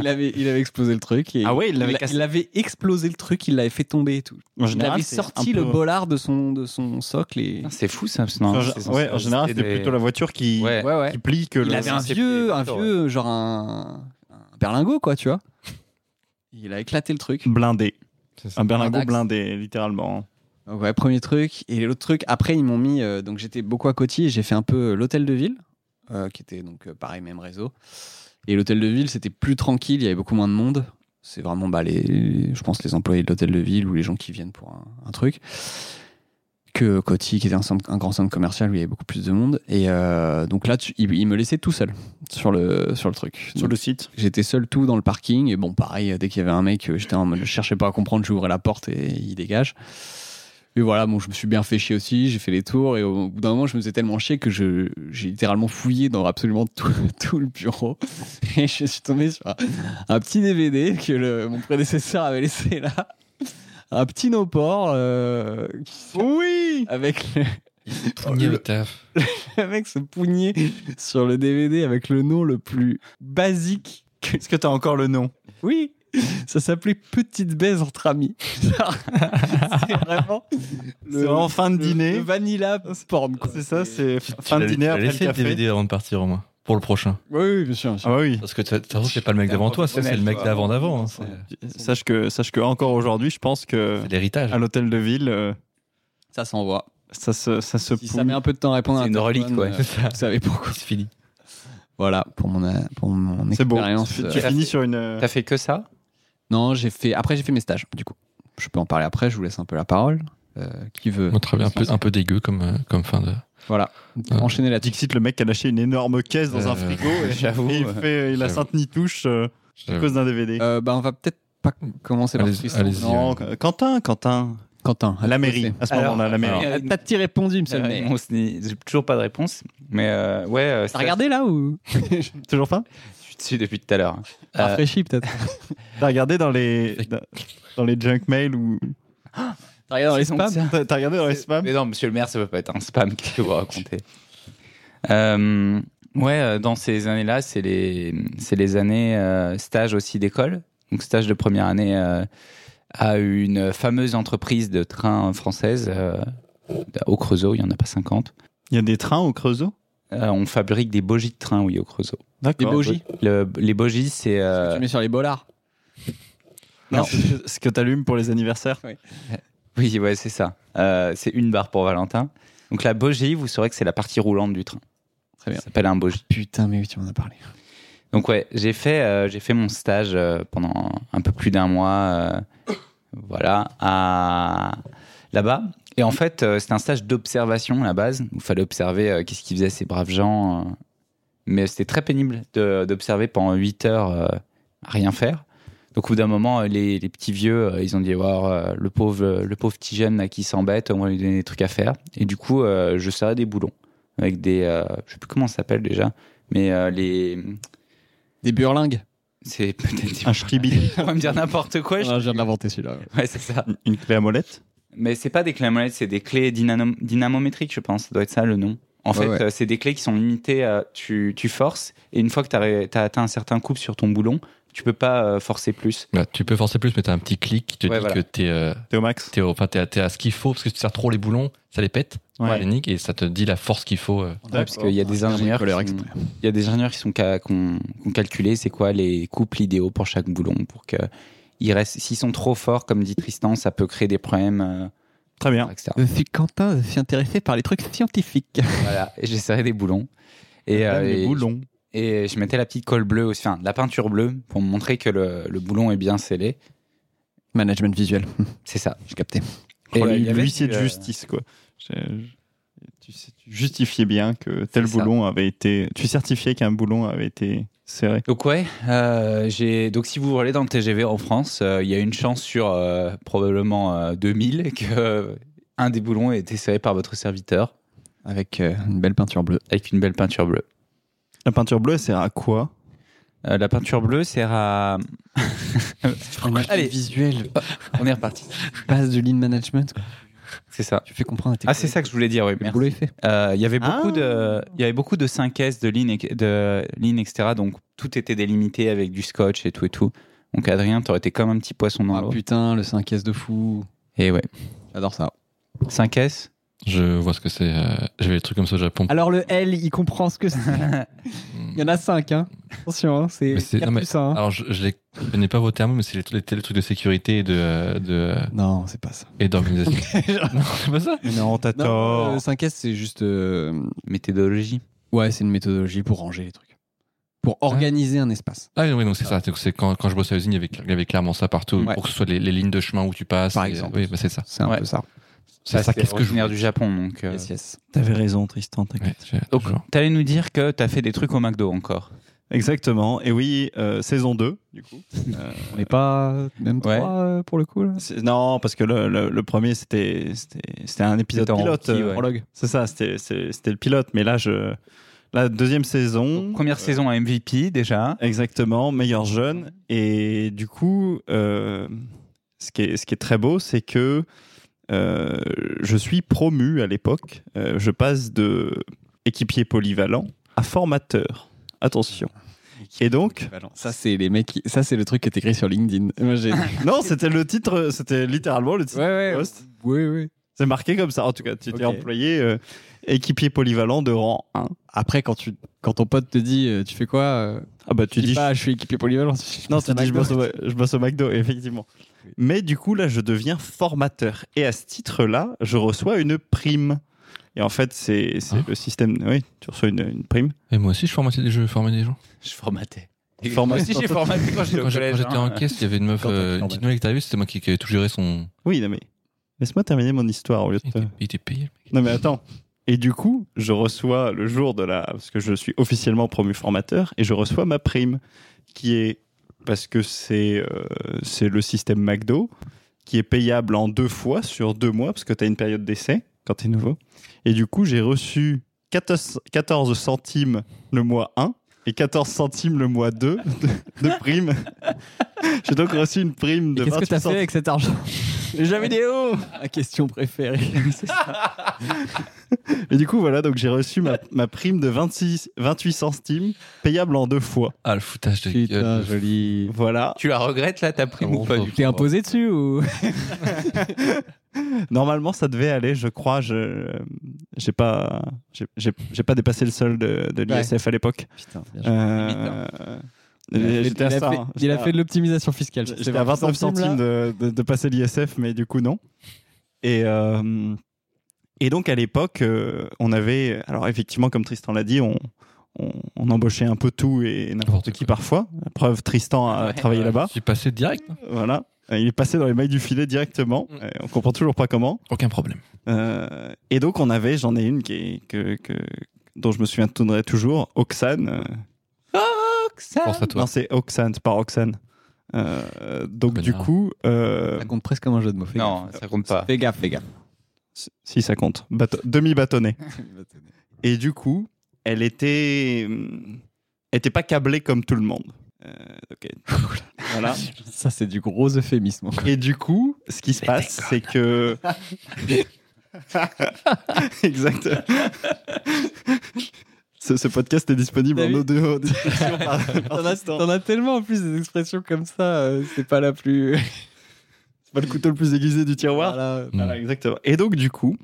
il avait il avait explosé le truc. Et Ah ouais, il l'avait il, a- cassé. il avait explosé le truc, il l'avait fait tomber et tout. En Il général, avait c'est sorti un peu- Ah, le bollard de son, de son socle et. C'est fou ça. parce que non, En c'est gé- censé ouais, en général, c'était rester des- plutôt la voiture qui, Ouais. Ouais, ouais. qui plie que Il le- avait un c'est- vieux, un ouais. vieux, genre un, un berlingot quoi, tu vois. Il a éclaté le truc. blindé. C'est ça. Un berlingot Dax. blindé, littéralement. Donc ouais, premier truc. Et l'autre truc, après, ils m'ont mis. euh, donc j'étais beaucoup à Coty et j'ai fait un peu euh, l'hôtel de ville, euh, qui était donc euh, pareil, même réseau. Et l'hôtel de ville, c'était plus tranquille, il y avait beaucoup moins de monde. C'est vraiment, bah, les, je pense, les employés de l'hôtel de ville ou les gens qui viennent pour un, un truc. Que Coty, qui était un, centre- un grand centre commercial où il y avait beaucoup plus de monde. Et euh, donc là, tu- ils, ils me laissaient tout seul sur le, sur le truc. Sur le site. J'étais seul tout dans le parking et bon pareil dès qu'il y avait un mec euh, j'étais en mode je cherchais pas à comprendre j'ouvrais la porte et il dégage. Mais voilà bon je me suis bien fait chier aussi j'ai fait les tours et au bout d'un moment je me faisais tellement chier que je j'ai littéralement fouillé dans absolument tout, tout le bureau et je suis tombé sur un, un petit DVD que le- mon prédécesseur avait laissé là un petit no port oui avec le, Premier le- taf. le mec se pougnait sur le DVD avec le nom le plus basique Est-ce que t'as encore le nom oui, ça s'appelait Petite baise entre amis. c'est vraiment C'est en fin de le- dîner. le vanilla porn. quoi. C'est ça, c'est Tu- fin tu de l'as- dîner tu l'as après le laissé le café. DVD avant de partir au moins. Pour le prochain. Oui, oui, bien sûr. bien sûr. Ah bah oui. Parce que de toute façon, c'est pas le mec d'avant toi, c'est c'est le mec d'avant d'avant. hein, C'est Sache que, sache que encore aujourd'hui, je pense que c'est l'héritage. à l'hôtel de ville, euh, Ça s'envoie. ça se, ça se Si pousse. ça met un peu de temps à répondre à C'est un une relique, téléphone, ouais. euh, C'est ça. Vous savez pourquoi. C'est fini. Voilà, pour mon, euh, pour mon C'est bon. expérience. Tu, euh, tu finis sur une. euh, T'as fait que ça Non, j'ai fait. Après, j'ai fait mes stages, du coup. Je peux en parler après, je vous laisse un peu la parole. Euh, qui veut Bon, très bien, un peu, un peu dégueu comme, euh, comme fin de. Voilà, Euh, enchaîner la Dixit, le mec qui a lâché une énorme caisse dans un Euh, frigo. et- j'avoue, et il, ouais. fait, il a J'avoue. Sainte-Nitouche euh, à cause d'un DVD. Euh, bah, on va peut-être pas commencer par Allez-y, Tristan. allez-y. non, Quentin, Quentin. Quentin. à La toi, mairie. c'est- À ce moment-là, la mairie. alors, Euh, T'as t'y répondu, monsieur le Euh, maire. non, ce n'est- J'ai toujours pas de réponse. Mais euh, ouais, euh, T'as ça, regardé là ou Toujours fin Je suis dessus depuis tout à l'heure. Euh, Rafraîchi peut-être. T'as regardé dans les dans, dans les junk mail ou T'as regardé dans les c'est donc spams ça. t'as t'as regardé dans les spams Mais non, monsieur le maire, ça peut pas être un spam que vous racontez. Euh, Ouais, euh, dans ces années-là, c'est les, c'est les années euh, stage aussi d'école. Donc stage de première année euh, à une fameuse entreprise de trains française euh, au Creusot, il n'y en a pas 50. Il y a des trains au Creusot Euh, on fabrique des bogies de train, oui, au Creusot. Les D'accord. bogies Le- les bogies, c'est... que euh, tu mets sur les bolards. Non, Non. c'est ce que t'allumes pour les anniversaires. Oui, ouais, c'est ça. Euh, c'est une barre pour Valentin. Donc la bogie, vous saurez que c'est la partie roulante du train. Très bien. Ça s'appelle un bogie. Putain, mais oui, tu m'en as parlé. Donc ouais, j'ai fait, euh, j'ai fait mon stage euh, pendant un peu plus d'un mois, euh, voilà, à là-bas. Et en fait, euh, c'était un stage d'observation à la base. Il fallait observer euh, qu'est-ce qu'ils faisaient ces braves gens. euh. Mais c'était très pénible de- d'observer pendant 8 heures euh, à rien faire. Donc au bout d'un moment, euh, les, les petits vieux, euh, ils ont dit, voir le, pauvre, le pauvre petit jeune là, qui s'embête, on va lui donner des trucs à faire. Et du coup, euh, je serrais des boulons avec des... euh, je sais plus comment ça s'appelle déjà, mais euh, les... Des burlingues. C'est peut-être. Un scribi. On va me dire n'importe quoi. je- Ah, je viens de l'inventer celui-là. Ouais, c'est ça. Une clé à molette Mais c'est pas des clés à molette, c'est des clés dynamo- dynamométriques, je pense. Ça doit être ça le nom. En Ouais, fait, ouais. euh, c'est des clés qui sont limitées. à- tu, tu forces, et une fois que tu as atteint un certain couple sur ton boulon, tu peux pas euh, forcer plus. Là, Bah, tu peux forcer plus, mais t'as un petit clic qui te Ouais, dit voilà. que t'es euh, T'es au max t'es au- enfin, t'es à, t'es à ce qu'il faut, parce que si tu serres trop les boulons, ça les pète, Ouais. ça les nique, et ça te dit la force qu'il faut. euh. parce qu'il y a des ingénieurs. Colère qui sont- exprès. Il y a des ingénieurs qui sont ca- qui ont qui ont calculé c'est quoi les couples idéaux pour chaque boulon pour que ils restent. S'ils sont trop forts, comme dit Tristan, ça peut créer des problèmes, euh, Très bien. etc. Je suis Quentin, je suis intéressé par les trucs scientifiques. voilà. Et j'ai serré des boulons. Et, euh, les et- boulons. Et je mettais la petite colle bleue aussi, enfin la peinture bleue pour me montrer que le, le boulon est bien scellé. Management visuel, C'est ça. j'ai capté. Et Oh, il y avait, L'huissier de euh, justice, quoi. Je- je- Tu, sais- tu justifiais bien que tel C'est ça. boulon avait été. Tu certifiais qu'un boulon avait été serré. Donc ouais, euh, j'ai donc si vous roulez dans le TGV en France, euh, il y a une chance sur euh, probablement euh, 2000 que euh, un des boulons ait été serré par votre serviteur Avec euh, une belle peinture bleue. avec une belle peinture bleue. La peinture bleue, elle sert à quoi Euh, la peinture bleue sert à. Allez, visuel, On est reparti. base du lean management. quoi. C'est ça. Tu fais comprendre à tes Ah c'est ça que je voulais dire. Oui, Le merci. boulot est fait. Euh, Il y avait beaucoup Ah. de, il y avait beaucoup de 5S, de lignes, de lignes, etc. Donc tout était délimité avec du scotch et tout et tout. Donc Adrien, t'aurais été comme un petit poisson dans Ah l'eau. putain, le 5S de fou. Et ouais, J'adore ça. 5S. Je vois ce que c'est. euh, J'avais des trucs comme ça au Japon. Alors le L, il comprend ce que c'est. Il y en a 5, hein. Attention, hein, c'est Mais c'est- 4 non, mais- plus 1. hein. Alors, je, je les connais pas vos termes, mais c'est les, les- les trucs de sécurité et de, euh, de, euh, Non, c'est pas ça. et d'organisation. non, c'est pas ça. Mais Non, t'as Non, tort. le 5S, c'est juste. euh, Méthodologie. Ouais, c'est une méthodologie pour ranger les trucs. Pour organiser un espace, Ah oui, oui, donc c'est ça. Donc, c'est quand, quand je bossais à l'usine, il y avait- il y avait clairement ça partout, Ouais. pour que ce soit les, les lignes de chemin où tu passes. Par et- exemple. Oui, bah, c'est ça. c'est un Ouais. peu ça. Ah, C'est ça. Qu'est-ce que je. originaire du Japon donc. euh, Yes, yes. T'avais raison, Tristan, t'inquiète. Ouais, j'ai- Donc toujours. t'allais nous dire que t'as fait des trucs au McDo encore. Exactement. Et oui, euh, saison 2, du coup. Euh, On n'est pas même Ouais. 3 euh, pour le coup là c'est- non, parce que le, le- le premier, c'était c'était- c'était un épisode C'était en pilote. rookie, euh, ouais. Prologue. C'est ça, c'était c'est- c'était le pilote. Mais là, je... la deuxième Mmh. saison. Première euh, saison à MVP déjà. Exactement, meilleur jeune. Et du coup, euh, ce, qui est, ce qui est très beau, c'est que euh, je suis promu à l'époque. Euh, je passe de équipier polyvalent à formateur. Attention. Et donc, Ça c'est les mecs qui... ça c'est le truc qui est écrit sur LinkedIn. Moi j'ai non, c'était le titre, c'était littéralement le titre. Ouais, du ouais. poste. Oui oui. C'est marqué comme ça, en tout cas. Tu étais Ok. employé euh, équipier polyvalent de rang 1. Après quand tu quand ton pote te dit euh, tu fais quoi euh, Ah bah, tu dis, pas je suis équipé polyvalent. Non, tu à dis je McDo. bosse, au, je bosse au McDo, effectivement. Mais du coup, là, je deviens formateur. Et à ce titre-là, je reçois une prime. Et en fait, c'est c'est Ah. le système. Oui, tu reçois une, une prime. Et moi aussi, je formatais des jeux, je formais des gens. Je formatais. Format- Moi aussi j'ai formaté quand j'étais au Quand j'ai- collège. quand j'étais en hein. caisse, il y avait une meuf, Quand t'as- euh, une petite nouvelle que t'as vue, c'était moi qui, qui avait tout géré son. Oui, non, mais laisse-moi terminer mon histoire au lieu de Il te- était, il était payé. Non, mais attends. Et du coup, je reçois le jour de la. Parce que je suis officiellement promu formateur et je reçois ma prime qui est. Parce que c'est euh, c'est le système McDo qui est payable en deux fois sur deux mois parce que tu as une période d'essai quand tu es nouveau. Et du coup, j'ai reçu 14, 14 centimes le mois 1 et 14 centimes le mois 2 de, de prime. j'ai donc reçu une prime Et de Qu'est-ce que 28 E t'as fait centimes. avec cet argent Les jeux vidéo Ma question préférée. Et du coup, voilà, donc j'ai reçu ma, ma prime de 26, 28 centimes, payable en deux fois. Ah, le foutage de Putain, gueule. joli. Voilà. Tu la regrettes là, ta prime Comment ou pas ça du hein tout T'es imposé dessus ou Normalement, ça devait aller, je crois. Je j'ai pas, j'ai- j'ai j'ai pas dépassé le solde de, de Ouais. l'ISF à l'époque. Putain, Euh, il a fait, J'étais à il a ça, fait- hein. il a J'étais à- fait de l'optimisation fiscale. J'étais à 29 centimes de, de- de passer l'ISF, mais du coup, non. Et, euh, et donc, à l'époque, euh, on avait. Alors, effectivement, comme Tristan l'a dit, on, on, on embauchait un peu tout et n'importe N'importe qui quoi. parfois. La preuve, Tristan a Ouais, travaillé là-bas. J'ai passé direct, Voilà. Il est passé dans les mailles du filet directement. Mm. Euh, On comprend toujours pas comment. aucun problème. Euh, et donc, on avait, j'en ai une qui est- que, que- dont je me souviendrai toujours, Oxane. euh, Pense à toi. non, c'est Oxane, c'est pas Roxane. Euh, donc, du Connard. coup, euh, Ça compte presque comme un jeu de mots. Fais Non, gaffe. ça compte pas. Fais gaffe, fais gaffe. si ça compte, Bâton- demi-bâtonnet. Et du coup, elle était, hum, était pas câblée comme tout le monde. Euh, ok. voilà. Ça, c'est du gros euphémisme. Et du coup, ce qui se passe, c'est que. exact. ce, ce podcast est disponible T'as en vu audio. en description par- par Tristan. T'en as tellement en plus des expressions comme ça, euh, c'est pas la plus. C'est pas le couteau le plus aiguisé du tiroir. Voilà. Voilà, exactement. Et donc, du coup,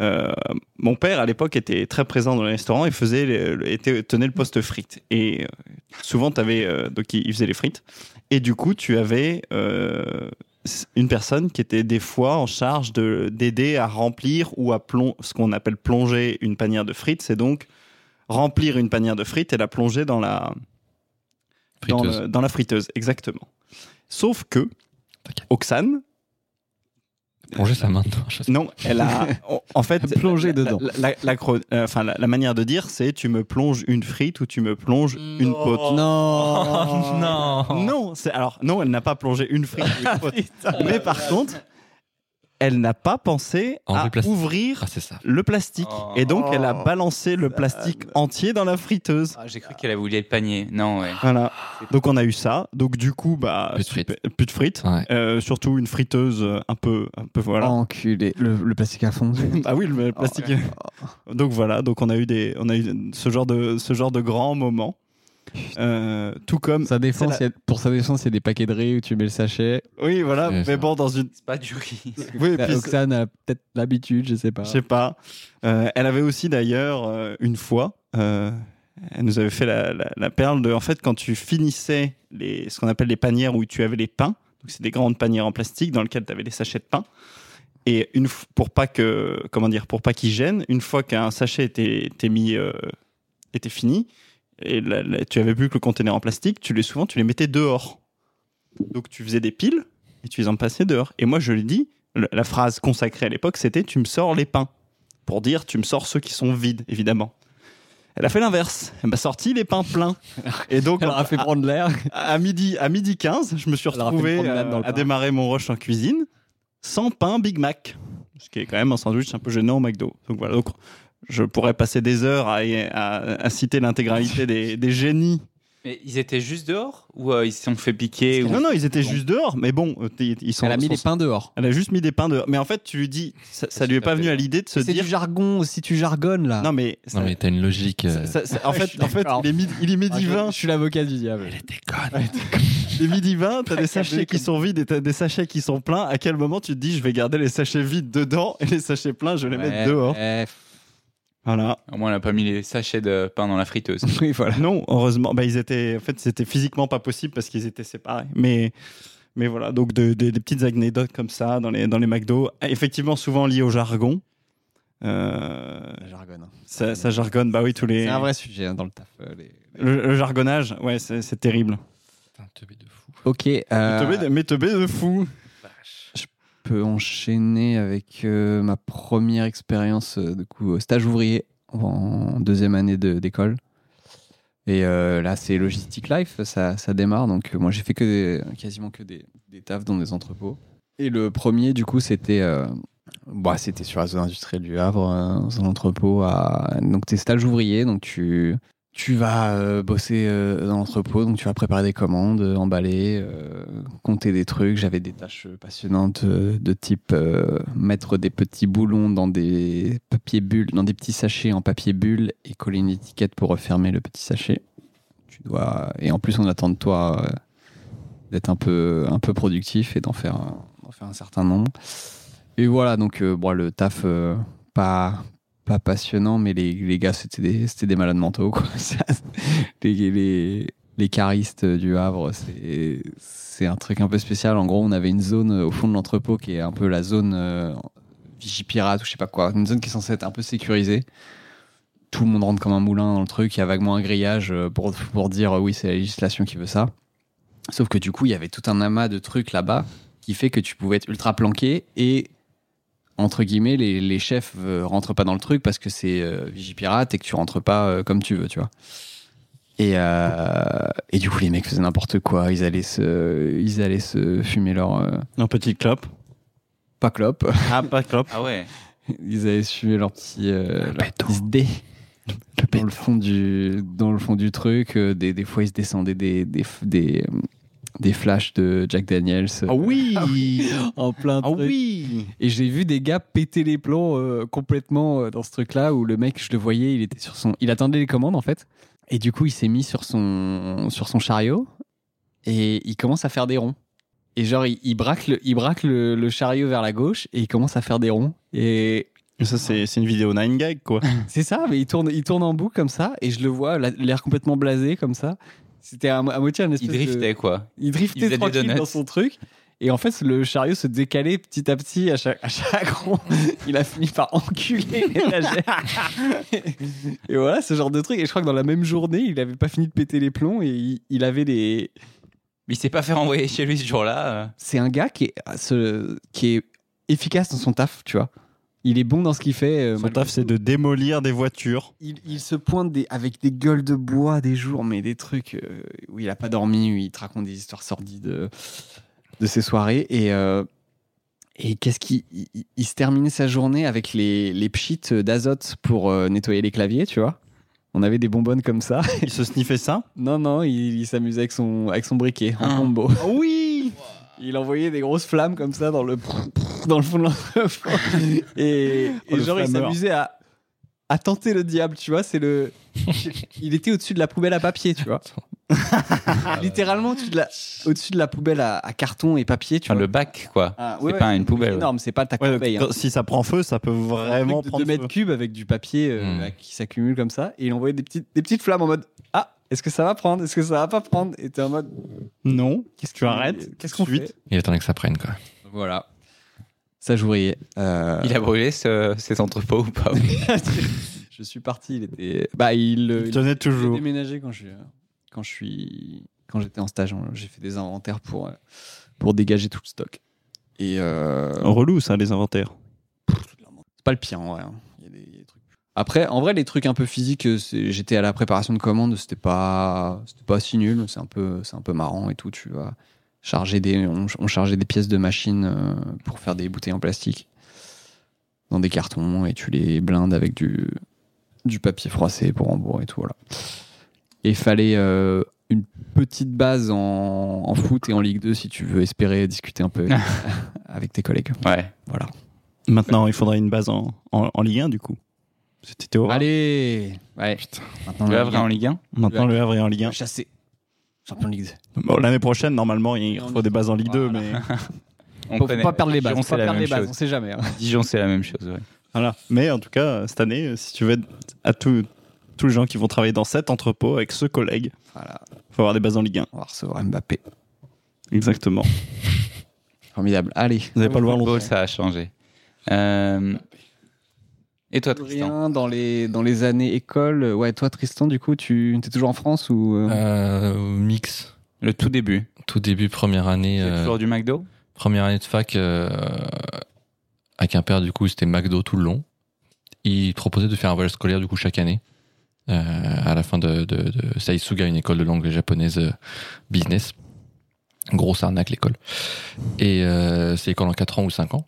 euh, mon père, à l'époque, était très présent dans les restaurants et faisait le- le- était, tenait le poste frites. Et euh, souvent, avais, donc, il il faisait les frites. Et du coup, tu avais euh, s- une personne qui était des fois en charge de- d'aider à remplir ou à plon ce qu'on appelle plonger une panière de frites. C'est donc remplir une panière de frites et la plonger dans la, dans, Friteuse. le- dans la friteuse. Exactement. Sauf que, T'inquiète. Oxane, Plonger sa main dedans. je sais. non, elle a. en- En fait, Plongé la- dedans. La, la- la chro- euh, enfin, la- la manière de dire, c'est tu me plonges une frite ou tu me plonges une pote. Non. Oh. non. Non, c'est alors non, elle n'a pas plongé une frite ou une pote. Ah, Mais par contre, elle n'a pas pensé Enlever à le plastique. ouvrir Ah, c'est ça. le plastique. Oh. Et donc, elle a balancé le plastique entier dans la friteuse. Ah, J'ai cru qu'elle avait oublié le panier. Non, ouais. Voilà. Donc, on a eu ça. Donc, du coup, bah, Plus de frites. super- plus de frites. Ouais. Euh, surtout une friteuse euh, un peu, un peu voilà. Enculé. Le, le plastique à fond. Ah oui, le plastique. Donc voilà, donc on a eu des, on a eu ce genre de, ce genre de grands moments. Euh, tout comme, Sa défense, C'est il y a- pour sa défense, il y a des paquets de riz où tu mets le sachet. oui voilà, C'est mais ça. bon dans une, C'est pas du riz. oui La- puis c'est- Oxane a peut-être l'habitude, je sais pas. je sais pas. Euh, elle avait aussi d'ailleurs euh, une fois, euh, elle nous avait fait la, la- la perle de, en fait quand tu finissais les, ce qu'on appelle les panières où tu avais les pains, donc c'est des grandes panières en plastique dans lesquelles tu avais des sachets de pain. Et une f- pour pas que, comment dire, pour pas qu'ils gênent, une fois qu'un sachet était, était mis, euh, était fini, et la- la- tu avais plus que le conteneur en plastique, tu les souvent tu les mettais dehors. Donc tu faisais des piles et tu les en passais dehors. Et moi je le dis, le- la phrase consacrée à l'époque c'était tu me sors les pains pour dire tu me sors ceux qui sont vides évidemment. Elle a fait l'inverse, elle m'a sorti les pains pleins. Et donc Elle leur a fait prendre l'air. à à midi, à midi 15, je me suis Elle leur a fait retrouvé une promenade euh, dans le à parc. démarrer mon rush en cuisine sans pain Big Mac, ce qui est quand même un sandwich un peu gênant au McDo. Donc voilà, donc je pourrais passer des heures à, à- à citer l'intégralité des, des génies. Mais ils étaient juste dehors ou euh, ils se sont fait piquer ou... Non, non, ils étaient juste dehors, mais bon, euh, ils ils sont. Elle a mis sont- les pains dehors. elle a juste mis des pains dehors. Mais en fait, tu lui dis, ça, ça lui est pas venu à l'idée de se C'est dire. du jargon, si tu jargonnes là. Non mais, ça- Non, mais t'as une logique. euh, ça- ça- en Je fait, suis en fait, d'accord. il est, mid- il est Ah, midi je, 20, je suis l'avocat du diable. déconne. Les midi 20, t'as des Pas sachets câblé qui comme- sont vides et t'as des sachets qui sont pleins. À quel moment tu te dis je vais garder les sachets vides dedans et les sachets pleins je vais les Ouais, mettre dehors ouais. Voilà. Au moins, elle a pas mis les sachets de pain dans la friteuse. Oui, voilà. Non, heureusement, bah, ils étaient, en fait, c'était physiquement pas possible parce qu'ils étaient séparés. Mais, mais voilà, donc de- de- des petites anecdotes comme ça dans les, dans les McDo, effectivement souvent liées au jargon. Euh, Elle jargonne. ça, ça jargonne, bah oui, tous les. C'est un vrai sujet hein, dans le taf. euh, les- Le, le jargonnage, ouais, c'est c'est terrible. Putain, teubé de fou. Ok, euh, Mais teubé de- Mais teubé de fou. je peux enchaîner avec euh, ma première expérience euh, du coup, euh, stage ouvrier en deuxième année de- d'école. Et euh, là, c'est Logistic Life, ça, ça démarre. Donc, euh, moi, j'ai fait que des- quasiment que des, des tafs dans des entrepôts. Et le premier, du coup, c'était euh, bah, c'était hein, sur la zone industrielle du Havre, euh, dans un entrepôt. À... Donc, t'es stage ouvrier, donc tu, tu tu vas euh, bosser euh, dans l'entrepôt, donc tu vas préparer des commandes, euh, emballer, euh, compter des trucs. J'avais des tâches passionnantes euh, de type euh, mettre des petits boulons dans des papiers bulles, dans des petits sachets en papier bulle et coller une étiquette pour refermer le petit sachet. Tu dois et en plus on attend de toi euh, d'être un peu un peu productif et d'en faire un- d'en faire un certain nombre. Et voilà donc euh, bon, le taf euh, pas pas passionnant, mais les, les gars, c'était des, c'était des malades mentaux. Quoi. Ça, les, les, les caristes du Havre, c'est, c'est un truc un peu spécial. En gros, on avait une zone euh, au fond de l'entrepôt qui est un peu la zone euh, Vigipirate ou je sais pas quoi. Une zone qui est censée être un peu sécurisée. Tout le monde rentre comme un moulin dans le truc. Il y a vaguement un grillage euh, pour, pour dire euh, oui, c'est la législation qui veut ça. Sauf que du coup, il y avait tout un amas de trucs là-bas qui fait que tu pouvais être ultra planqué et entre guillemets, les, les chefs euh, rentrent pas dans le truc parce que c'est euh, Vigipirate et que tu rentres pas euh, comme tu veux, tu vois. Et, euh, et du coup, les mecs faisaient n'importe quoi. Ils allaient se, ils allaient se fumer leur. euh, Un petit clope. pas clope. Ah, pas clope. Ah ouais. Ils allaient se fumer leur petit. euh, leur petit dé. Dans le, fond du, dans le fond du truc. euh, des, des fois, ils se descendaient des, des, des, euh, des flashs de Jack Daniels. Ah oui en plein Ah truc. oui Et j'ai vu des gars péter les plombs euh, complètement euh, dans ce truc-là où le mec, je le voyais, il était sur son, il attendait les commandes en fait. Et du coup, il s'est mis sur son sur son chariot et il commence à faire des ronds. Et genre, il, il braque le, il braque le, le chariot vers la gauche et il commence à faire des ronds. Et Ça, c'est c'est une vidéo 9 gag, quoi. c'est ça, mais il tourne, il tourne en boucle comme ça et je le vois la- l'air complètement blasé comme ça. C'était à, à moitié un espèce Il de... driftait quoi. Il Il driftait faisait des tranquille donuts. dans son truc. Et en fait, le chariot se décalait petit à petit à chaque, à chaque rond. Il a fini par enculer l'étagère. et voilà, ce genre de truc. Et je crois que dans la même journée, il avait pas fini de péter les plombs et il, il avait des. Mais il s'est pas fait renvoyer chez lui ce jour-là. euh. C'est un gars qui est, ah, ce- qui est efficace dans son taf, tu vois. Il est bon dans ce qu'il fait. euh, Son malgré taf, tout. c'est de démolir des voitures. Il, il se pointe des- avec des gueules de bois des jours, mais des trucs euh, où il a pas dormi, où il te raconte des histoires sordides euh, de ses soirées. Et, euh, et qu'est-ce qu'il il, il- il se terminait sa journée avec les, les pchites d'azote pour euh, nettoyer les claviers, tu vois On avait des bonbonnes comme ça. Il se sniffait ça Non, non, il, il s'amusait avec son, avec son briquet en Ah. combo. oui Il envoyait des grosses flammes comme ça dans le, dans le fond de l'entrepôt. Et, et Oh, le genre, il flammeur. s'amusait à, à tenter le diable, tu vois. C'est le. il était au-dessus de la poubelle à papier, tu vois. Littéralement au-dessus de, la- au-dessus de la poubelle à, à carton et papier, tu Enfin, vois. le bac quoi. Ah, c'est pas une poubelle, ouais. énorme, c'est pas ta Ouais, corbeille. hein. quand- Si ça prend feu, ça peut vraiment Un truc de prendre 2 mètres feu. cubes avec du papier euh, Hmm. là, qui s'accumule comme ça et il envoyait des petites, des petites flammes en mode Ah, est-ce que ça va prendre Est-ce que ça va pas prendre Et t'es en mode Non. Qu'est-ce Tu arrêtes Qu'est-ce qu'on Suite. fait Il attendait que ça prenne, quoi. Voilà. Ça jouerait. Il a brûlé ce- cet entrepôt ou pas je suis parti, il était. Bah, il. euh, Il il tenait j'ai toujours. déménagé quand je suis- quand je suis quand j'étais en stage. en- J'ai fait des inventaires pour euh, pour dégager tout le stock. Et euh, Relou, ça, les inventaires. c'est pas le pire en vrai. hein. Il y a des- il y a des trucs. Après, en vrai, les trucs un peu physiques, euh, c'est- j'étais à la préparation de commandes, c'était pas c'était pas si nul. C'est un peu c'est un peu marrant et tout. Tu vas charger des on, on chargeait des pièces de machine euh, pour faire des bouteilles en plastique dans des cartons et tu les blindes avec du du papier froissé pour rembourrer et tout voilà. Et fallait euh, une petite base en, en foot et en Ligue 2 si tu veux espérer discuter un peu avec, avec tes collègues. Ouais. Voilà. Maintenant, il faudrait une base en, en, en Ligue 1, du coup. C'était Théo. Allez Ouais. Maintenant, Le la Havre est Ligue en Ligue 1 Maintenant, le Havre est en Ligue 1. un. Chassé. Champion de Ligue 2. Bon, L'année prochaine, normalement, il faut des bases en Ligue 2, Voilà. mais. On Faut connaît. pas perdre les bases. Dijon, Faut c'est pas la perdre même les bases. chose. On sait jamais. hein. Dijon, c'est la même chose. ouais. Voilà. Mais en tout cas, euh, cette année, euh, si tu veux être à tous tous les gens qui vont travailler dans cet entrepôt avec ce collègue, Voilà. faut avoir des bases en Ligue 1. On va recevoir Mbappé. Exactement. Formidable. Allez. Vous n'allez pas le voir longtemps. football, ça a changé. Euh, Et toi, Tristan Rien dans les, dans les années école. Ouais, toi, Tristan, du coup, tu es toujours en France ou. euh, Euh, mix. Le tout début. Tout début, première année. Tu as euh, toujours du McDo Première année de fac euh, à Quimper, du coup, c'était McDo tout le long. Ils proposaient de faire un voyage scolaire, du coup, chaque année. euh, à la fin de, de, de Saisuga, une école de langue japonaise euh, business. Grosse arnaque, l'école. Et euh, c'est l'école en 4 ans ou 5 ans.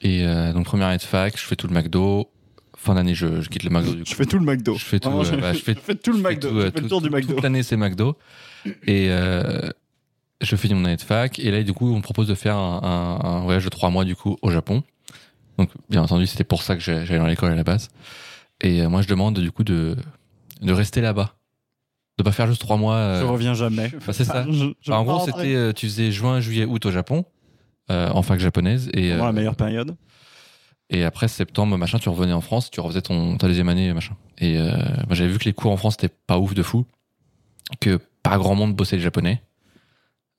Et euh, donc, première année de fac, je fais tout le McDo. fin d'année, je, je quitte le McDo. Du coup. Je fais tout le McDo. Je fais tout, Vraiment, euh, bah, je je, fais- fais tout le je fais McDo. tout, je euh, fais le tout- tour du tout- McDo. Toute l'année, c'est McDo. Et euh, je finis mon année de fac. Et là, du coup, on me propose de faire un, un- un voyage de trois mois, du coup, au Japon. Donc, bien entendu, c'était pour ça que j'ai- j'allais dans l'école à la base. Et euh, moi, je demande, du coup, de, de rester là-bas. De pas faire juste trois mois. euh, Je reviens jamais. bah, c'est ça. Je- je Enfin, en veux pas gros, rentrer. c'était, euh, tu faisais juin, juillet, août au Japon, euh, en fac japonaise. Et, Vraiment euh, la meilleure période. et après septembre, machin, tu revenais en France, tu refaisais ton, ta deuxième année, machin. Et euh, moi, j'avais vu que les cours en France c'était pas ouf de fou, que pas grand monde bossait les japonais.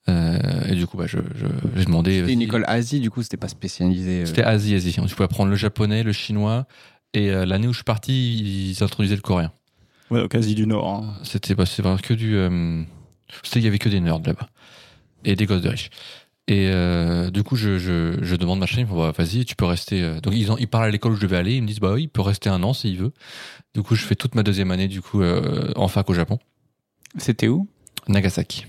Euh, et du coup, bah, je, je, j'ai demandé. C'était une vas-y. école Asie, du coup, c'était pas spécialisé. euh, C'était Asie, Asie. Tu pouvais apprendre le japonais, le chinois. Et euh, l'année où je suis parti, ils introduisaient le coréen. Ouais, au quasi du Nord. hein. C'était bah, c'est vrai, que du. euh, c'était il y avait que des nerds là-bas et des gosses de riches. Et euh, du coup, je, je, je demande ma chaîne, bah, vas-y, tu peux rester. euh, Donc ils, en- ils parlent à l'école où je devais aller, ils me disent bah oui, il peut rester un an s'il veut. Du coup, je fais toute ma deuxième année du coup euh, en fac au Japon, C'était où Nagasaki.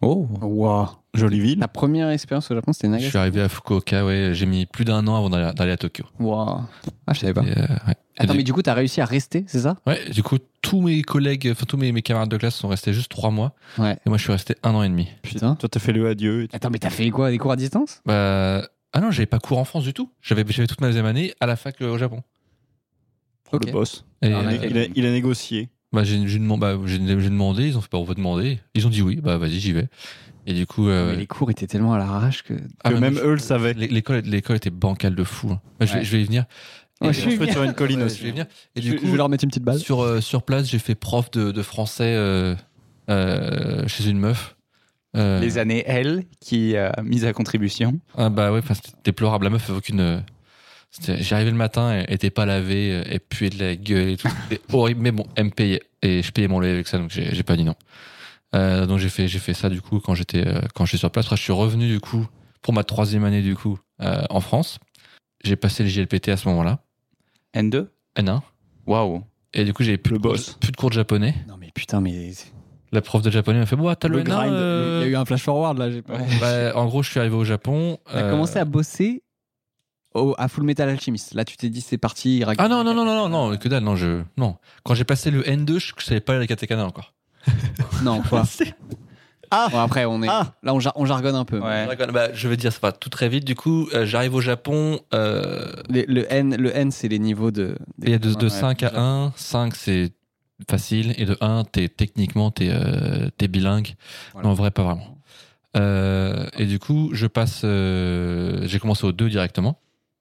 Oh Wow. Jolie ville. La première expérience au Japon, c'était Je Nagasaki. suis arrivé à Fukuoka, ouais, j'ai mis plus d'un an avant d'aller d'aller à Tokyo. Wow. Ah, je savais pas. Et, euh, ouais. Attends, Et mais du- du coup, t'as réussi à rester, c'est ça ouais, du coup, tous mes collègues, enfin tous mes, mes camarades de classe sont restés juste trois mois, Ouais. et moi je suis resté un an et demi. Putain. Toi, t'as fait le adieu. et tout. Attends, mais t'as fait quoi Des cours à distance Bah, ah non, j'avais pas cours en France du tout. J'avais j'avais toute ma deuxième année à la fac euh, au Japon. Ok. Le boss. Et, Ah, euh, d'accord. Il a, il a négocié. bah, j'ai, j'ai demandé, bah, j'ai- j'ai demandé, ils ont fait pas, on va demander. Ils ont dit oui, bah vas-y, j'y vais. Et du coup, euh, Mais les cours étaient tellement à l'arrache que. ah, que mais même moi, eux le savaient. je- l'é- l'école, l'école était bancale de fou. hein. Bah, je, vais, Ouais. je vais y venir. Ouais, Et, je euh, suis- Je peux sur une colline ouais, aussi. je vais y venir. Et Je du coup, vais leur mettre une petite base. sur, euh, sur place, j'ai fait prof de, de français euh, euh, chez une meuf. Euh, Les années L qui euh, mise à contribution. ah bah ouais, enfin, c'était déplorable. La meuf avait aucune. euh, c'était- J'arrivais le matin, elle était pas lavée, euh, elle puait de la gueule et tout. C'était horrible. Mais bon, elle me payait et je payais mon loyer avec ça, donc j'ai j'ai pas dit non. Euh, donc j'ai fait, j'ai fait ça du coup quand j'étais euh, quand j'étais sur place. Après, je suis revenu du coup pour ma troisième année du coup euh, en France. J'ai passé le JLPT à ce moment-là, N2 N1. Waouh Et du coup, j'ai plus, Le de cours de- boss. plus de cours de japonais. Non, mais putain, mais. La prof de japonais m'a fait Bon, t'as le, Le N1, grind, euh, Il y a eu un flash forward là, j'ai pas. bah, En gros, je suis arrivé au Japon. T'as euh, commencé à bosser au, à Full Metal Alchemist. Là, tu t'es dit, c'est parti. il raconte- Ah non, non, non, non, non, non, que dalle, non, je. Non. Quand j'ai passé le N2, je, je savais pas les katakana encore. Non, quoi. Ah. Bon, après, on est. Ah. Là, on, jar- on jargonne un peu. Ouais. Bah, je veux dire, ça va tout très vite. Du coup, euh, j'arrive au Japon. euh, Les- Le, N, le N c'est les niveaux de. Il y a de, de Ouais. 5 à 1. 5, c'est facile. Et de 1, t'es, techniquement, t'es, euh, t'es bilingue. Voilà. Non, en vrai, pas vraiment. Euh, et du coup, je passe. euh, j'ai commencé au 2 directement.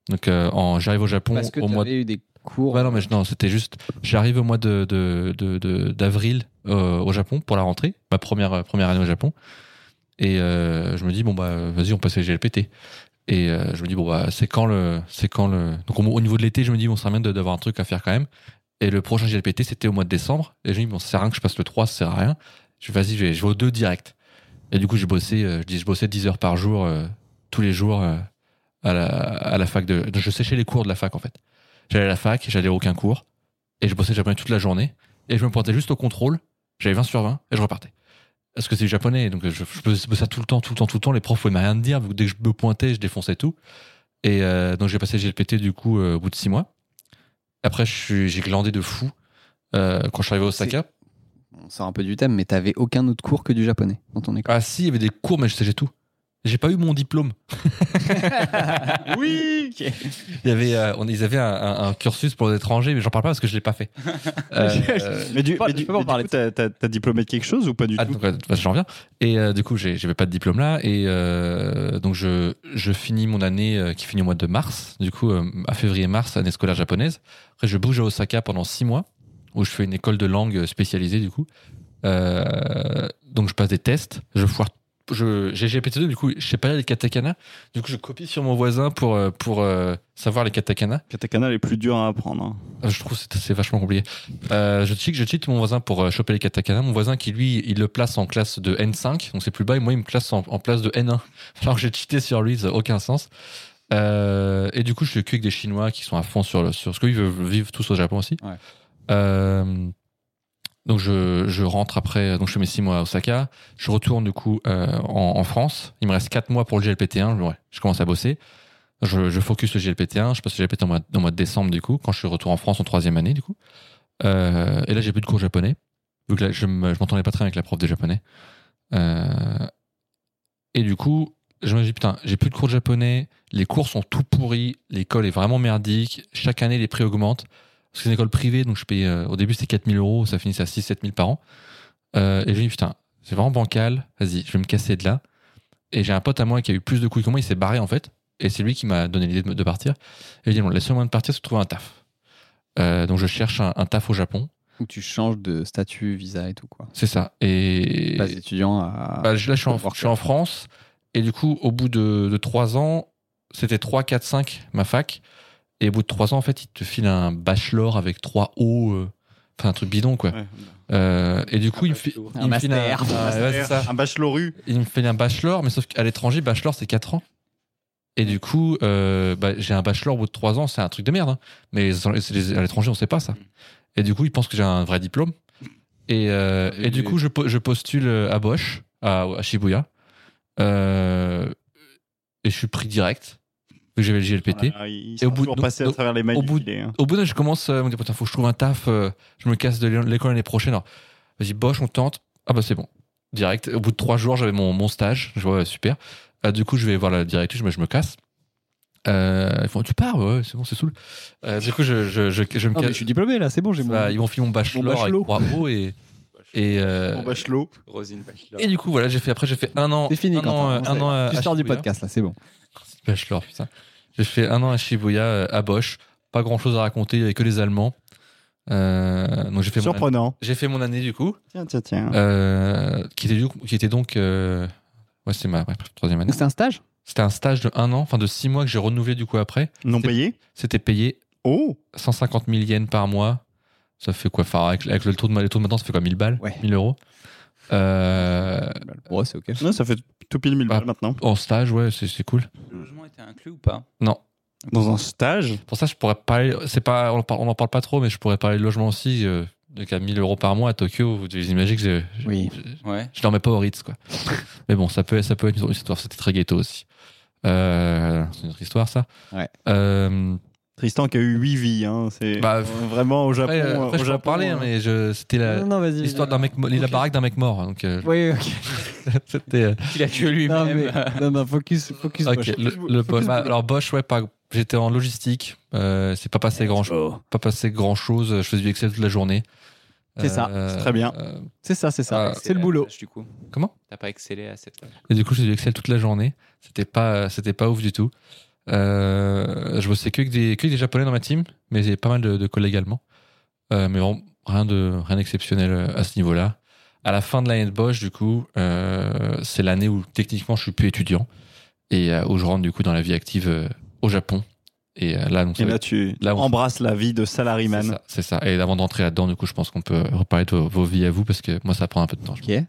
Donc, euh, en, j'arrive au Japon Parce que au tu mois de. avais eu des cours. Ouais, non, mais je- non, c'était juste. J'arrive au mois de, de, de- de- d'avril euh, au Japon pour la rentrée, ma première, euh, première année au Japon. Et euh, je me dis, bon, bah, vas-y, on passe les GLPT. Et euh, je me dis, bon, bah, c'est quand le. C'est quand le... Donc, au, au niveau de l'été, je me dis, bon, ça sert à rien de- d'avoir un truc à faire quand même. Et le prochain GLPT, c'était au mois de décembre. Et je me dis, bon, ça sert à rien que je passe le 3, ça sert à rien. Je dis, vas-y, je vais, je vais au 2 direct. Et du coup, j'ai bossé, euh, je dis, je bossais 10 heures par jour, euh, tous les jours, euh, à, la, à la fac de. Je séchais les cours de la fac, en fait. J'allais à la fac, j'allais à aucun cours, et je bossais japonais toute la journée, et je me pointais juste au contrôle, j'avais 20 sur 20, et je repartais. Parce que c'est du japonais, donc je, je bossais ça tout le temps, tout le temps, tout le temps, les profs pouvaient rien me dire, vu que dès que je me pointais, je défonçais tout. Et euh, donc j'ai passé le GLPT du coup euh, au bout de 6 mois. Après, je suis- j'ai glandé de fou euh, quand je suis arrivé à Osaka. On sort un peu du thème, mais t'avais aucun autre cours que du japonais dans ton école. Ah si, il y avait des cours, mais je sais j'ai tout. J'ai pas eu mon diplôme. Oui Il y avait, euh, on, ils avaient un, un- un cursus pour les étrangers, mais j'en parle pas parce que je l'ai pas fait. Euh, Mais du, pas- mais je du- peux pas en mais du parler coup, t'as, t'as- t'as diplômé de quelque chose ou pas du Ah, tout donc, euh, bah, j'en reviens. Et euh, du coup, j'ai- j'avais pas de diplôme là. Et euh, donc, je, je finis mon année euh, qui finit au mois de mars. Du coup, euh, à février-mars, année scolaire japonaise. Après, je bouge à Osaka pendant six mois, où je fais une école de langue spécialisée, du coup. Euh, donc, je passe des tests. Je foire. je- J'ai GPT-2, du coup, je sais pas lire les katakana. Du coup, je copie sur mon voisin pour, euh, pour euh, savoir les katakana. Katakana les plus durs à apprendre. hein. Euh, Je trouve que c'est c'est vachement compliqué. Euh, je cheat, je cheat mon voisin pour euh, choper les katakana. Mon voisin qui lui, il le place en classe de N5, donc c'est plus bas, et moi il me classe en, en place de N1. Alors que j'ai cheaté sur lui, ça n'a aucun sens. Euh, et du coup, je suis que avec des Chinois qui sont à fond sur le sur ce qu'ils veulent vivre tous au Japon aussi. Ouais. Euh, donc je, je rentre après, donc je fais mes 6 mois à Osaka. Je retourne du coup euh, en, en France. Il me reste 4 mois pour le GLPT1. Ouais, je commence à bosser. Je, je focus le GLPT1, je passe le GLPT1 au mois, au mois de décembre du coup, quand je suis retour en France en troisième année du coup. Euh, et là j'ai plus de cours japonais, vu que là, je me- je m'entendais pas très bien avec la prof de japonais. Euh, et du coup, je me dis putain, j'ai plus de cours de japonais, les cours sont tout pourris, l'école est vraiment merdique, chaque année les prix augmentent. Parce que c'est une école privée, donc je paye, euh, au début c'était 4000 euros, ça finit à 6-7 000 par an. Euh, et je me dis putain, c'est vraiment bancal, vas-y, je vais me casser de là. Et j'ai un pote à moi qui a eu plus de couilles que moi, il s'est barré en fait. Et c'est lui qui m'a donné l'idée de, me- de partir. Et j'ai dit, bon, le seul moyen de partir, c'est de trouver un taf. Euh, donc je cherche un, un taf au Japon. Où tu changes de statut, visa et tout, quoi. C'est ça. Et Pas étudiant à. bah, je- là, je suis, en, Worker. je suis en France. Et du coup, au bout de, de 3 ans, c'était 3, 4, 5, ma fac. Et au bout de 3 ans, en fait, ils te filent un bachelor avec 3 O. euh, Enfin, un truc bidon, quoi. Ouais. Euh, et du coup, il me fi- il me file un- master. un- ouais, c'est ça. Un bachelor U. Il me fait un bachelor, mais sauf qu'à l'étranger, bachelor, c'est 4 ans. Et du coup, euh, bah, j'ai un bachelor au bout de 3 ans, c'est un truc de merde. hein. Mais c'est les- à l'étranger, on sait pas ça. Et du coup, ils pensent que j'ai un vrai diplôme. Et, euh, et du coup, je, po- je postule à Bosch, à, à Shibuya. Euh, et je suis pris direct, vu que j'avais le JLPT. Voilà, il Et s'est au bout- toujours passé à donc, travers les mailles au du bout- filet, hein. Au bout d'un, je commence euh, à me dire putain, faut que je trouve un taf, euh, je me casse de l'é- l'école l'année prochaine. Alors, vas-y, Bosch, on tente. Ah bah c'est bon. Direct. Au bout de trois jours, j'avais mon, mon stage. Je vois, ouais, super. Ah, du coup, je vais voir la directrice, je me, je me casse. Euh, ils font, tu pars, ouais, ouais, c'est bon, c'est saoul. Euh, du coup, je, je, je, je me Ah, mais casse. je suis diplômé là, c'est bon, j'ai mon. Bah, ils m'ont filé mon bachelor, Mon bachelor. avec trois O et. Et, euh, En bachelor. Rosine Bachelor. et du coup, voilà, j'ai fait, après, j'ai fait un an. C'est fini, un an, Quentin. euh, On un sait. an à- Tu à sors du Shibuya. podcast là, c'est bon. Ah, Bachelor, putain. J'ai fait un an à Shibuya, euh, à Bosch. Pas grand chose à raconter, il y avait que les Allemands. Euh, donc j'ai fait, mon année- Surprenant. j'ai fait mon année du coup, Tiens, tiens, tiens. euh, qui était, du coup- qui était donc. euh, ouais, c'était ma ouais, troisième année. C'est un stage C'était un stage de un an, enfin de six mois que j'ai renouvelé du coup après. non c'est- payé. C'était payé Oh 150 000 yens par mois. Ça fait quoi enfin, avec, avec le taux de, ma- les taux de maintenant, ça fait quoi 1000 balles Ouais. 1000 euros. Euh, Ouais, c'est ok. Non, ça fait tout pile 1000 Bah. balles maintenant. en stage, ouais, c'est c'est cool. Le logement était inclus ou pas Non, Dans un stage Pour ça, je pourrais parler. C'est pas, on en, parle, on en parle pas trop, mais je pourrais parler de logement aussi. Euh, de qu'à 1000 euros par mois à Tokyo, vous devez imaginer que je, je, Oui. je, Ouais. je dormais pas au Ritz, quoi. mais bon, ça peut, ça peut être une autre histoire. C'était très ghetto aussi. Euh, c'est une autre histoire, ça. Ouais. Euh, Tristan qui a eu 8 vies. Hein. C'est Bah, euh, vraiment au Japon. après, euh, après, euh, au je peux en Japon, parler, euh, hein, mais je, c'était la- Non, non, vas-y. l'histoire d'un mec, mo- la baraque d'un mec mort. Donc, euh, Oui, ok. c'était. euh, Il a tué Non, lui-même. Euh, mais, non, non, focus, focus. ok, Bosch. le, le Bosch. Bah, alors, Bosch, ouais, pas- j'étais en logistique. Euh, c'est pas passé grand, pas passé grand chose. Je faisais du Excel toute la journée. C'est ça, c'est très bien. euh, C'est ça, c'est ça. Ah, c'est le boulot. Du coup. Comment T'as pas excellé à cette. Et du coup, j'ai du Excel toute la journée. C'était pas, c'était pas ouf du tout. Euh, je bossais que avec des, que avec des japonais dans ma team, mais j'ai pas mal de, de collègues allemands. Euh, mais bon, rien de, rien d'exceptionnel euh, à ce niveau-là. À la fin de l'année de Bosch, du coup, euh, c'est l'année où techniquement je suis plus étudiant et euh, où je rentre du coup dans la vie active euh, au Japon. Et euh, là, donc, ça Et va là, être- Eh ben, tu Là, on- embrasses la vie de c'est salaryman. ça, c'est ça. Et avant d'entrer là-dedans, du coup, je pense qu'on peut reparler de vos, vos vies à vous parce que moi, ça prend un peu de temps. je pense. Ok.